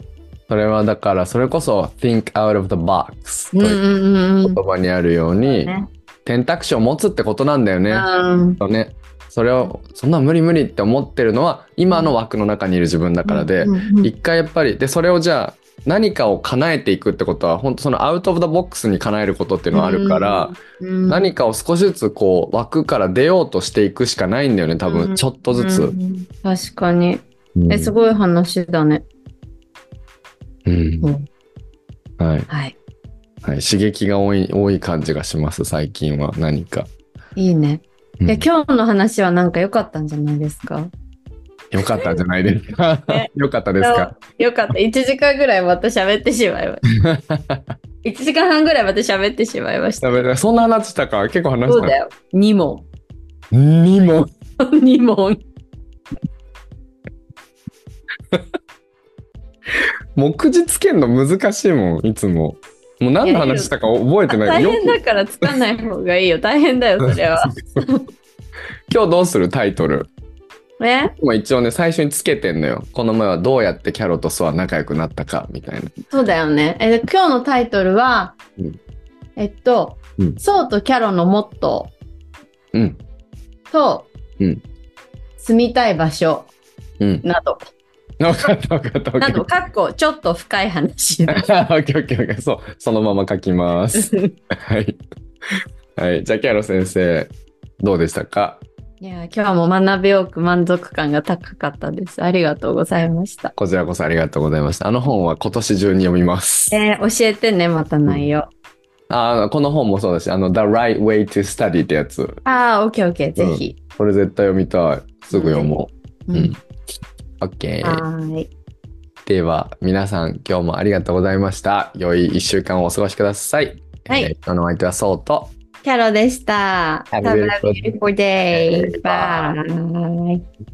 Speaker 1: それはだからそれこそ think out of the box と
Speaker 2: うんう
Speaker 1: いうん
Speaker 2: うんうん。
Speaker 1: 言葉にあるように、
Speaker 2: ね
Speaker 1: 選択肢を持つってことなんだよね、
Speaker 2: うん
Speaker 1: そうねそれをそんな無理無理って思ってるのは今の枠の中にいる自分だからで、
Speaker 2: うんうんうん
Speaker 1: 一回やっぱりでそれをじゃあ何かを叶えていくってことは本当そのアウト・オブ・ザ・ボックスに叶えることっていうのはあるから、
Speaker 2: うん、
Speaker 1: 何かを少しずつこう枠から出ようとしていくしかないんだよね多分、
Speaker 2: うん
Speaker 1: ちょっとず
Speaker 2: う
Speaker 1: つ。
Speaker 2: ん確かに。え、す
Speaker 1: い、
Speaker 2: ごい話だね。
Speaker 1: うん
Speaker 2: うん
Speaker 1: はい
Speaker 2: はい。
Speaker 1: はい、刺激が多い多い感じがします最近は何か。
Speaker 2: いいね。
Speaker 1: うん
Speaker 2: いや、今日の話はなんか良かったんじゃないですか
Speaker 1: よかったんじゃないですか
Speaker 2: ね。
Speaker 1: よかったですか。
Speaker 2: 良かった。1時間ぐらいまた喋ってしまいま した。1時間半ぐらいまた喋ってしまいました。
Speaker 1: ダメだそんな話したか結構話
Speaker 2: そ
Speaker 1: し
Speaker 2: う
Speaker 1: た
Speaker 2: だよ。2問。
Speaker 1: にも
Speaker 2: 2問。
Speaker 1: 目次つけるの難しいもんいつももう何の話したか覚えてない
Speaker 2: 大
Speaker 1: よ
Speaker 2: 変だからつかない方がいいよ。大変だ よ、それは。
Speaker 1: 今日どうするタイトル
Speaker 2: ね
Speaker 1: まあ一応ね最初につけてんのよこの前はどうやってキャロとソは仲良くなったかみたいな
Speaker 2: そうだよね。え、で今日のタイトルは、
Speaker 1: うん
Speaker 2: えっと、
Speaker 1: うん
Speaker 2: そうとキャロのモット
Speaker 1: うん
Speaker 2: ーと、
Speaker 1: うん
Speaker 2: 住みたい場所
Speaker 1: うん
Speaker 2: など、
Speaker 1: 分かった分かった分
Speaker 2: な
Speaker 1: か
Speaker 2: ど、
Speaker 1: っ
Speaker 2: かっこ、ちょっと深い 話だ。
Speaker 1: た オッケーオッケーオッケーそうそのまま書きますはい、はい、じゃあキャロ先生どうでしたか
Speaker 2: いや、今日も学び多く満足感が高かったです。ありがとうございました。
Speaker 1: こちらこそありがとうございましたあの本は今年中に読みます
Speaker 2: えー教えてね、また内容。
Speaker 1: ああのこの本もそうだしあの The Right Way to Study ってやつ
Speaker 2: ああ、オッケーオッケー、ぜひ。
Speaker 1: これ絶対読みたいすぐ読もう、
Speaker 2: うん
Speaker 1: うん OK
Speaker 2: はーい。
Speaker 1: では皆さん今日もありがとうございました良い1週間をお過ごしください、
Speaker 2: はい
Speaker 1: えー今日のお相手はそうと
Speaker 2: キャロでした。
Speaker 1: Have a
Speaker 2: Have a beautiful day.
Speaker 1: day.
Speaker 2: Bye.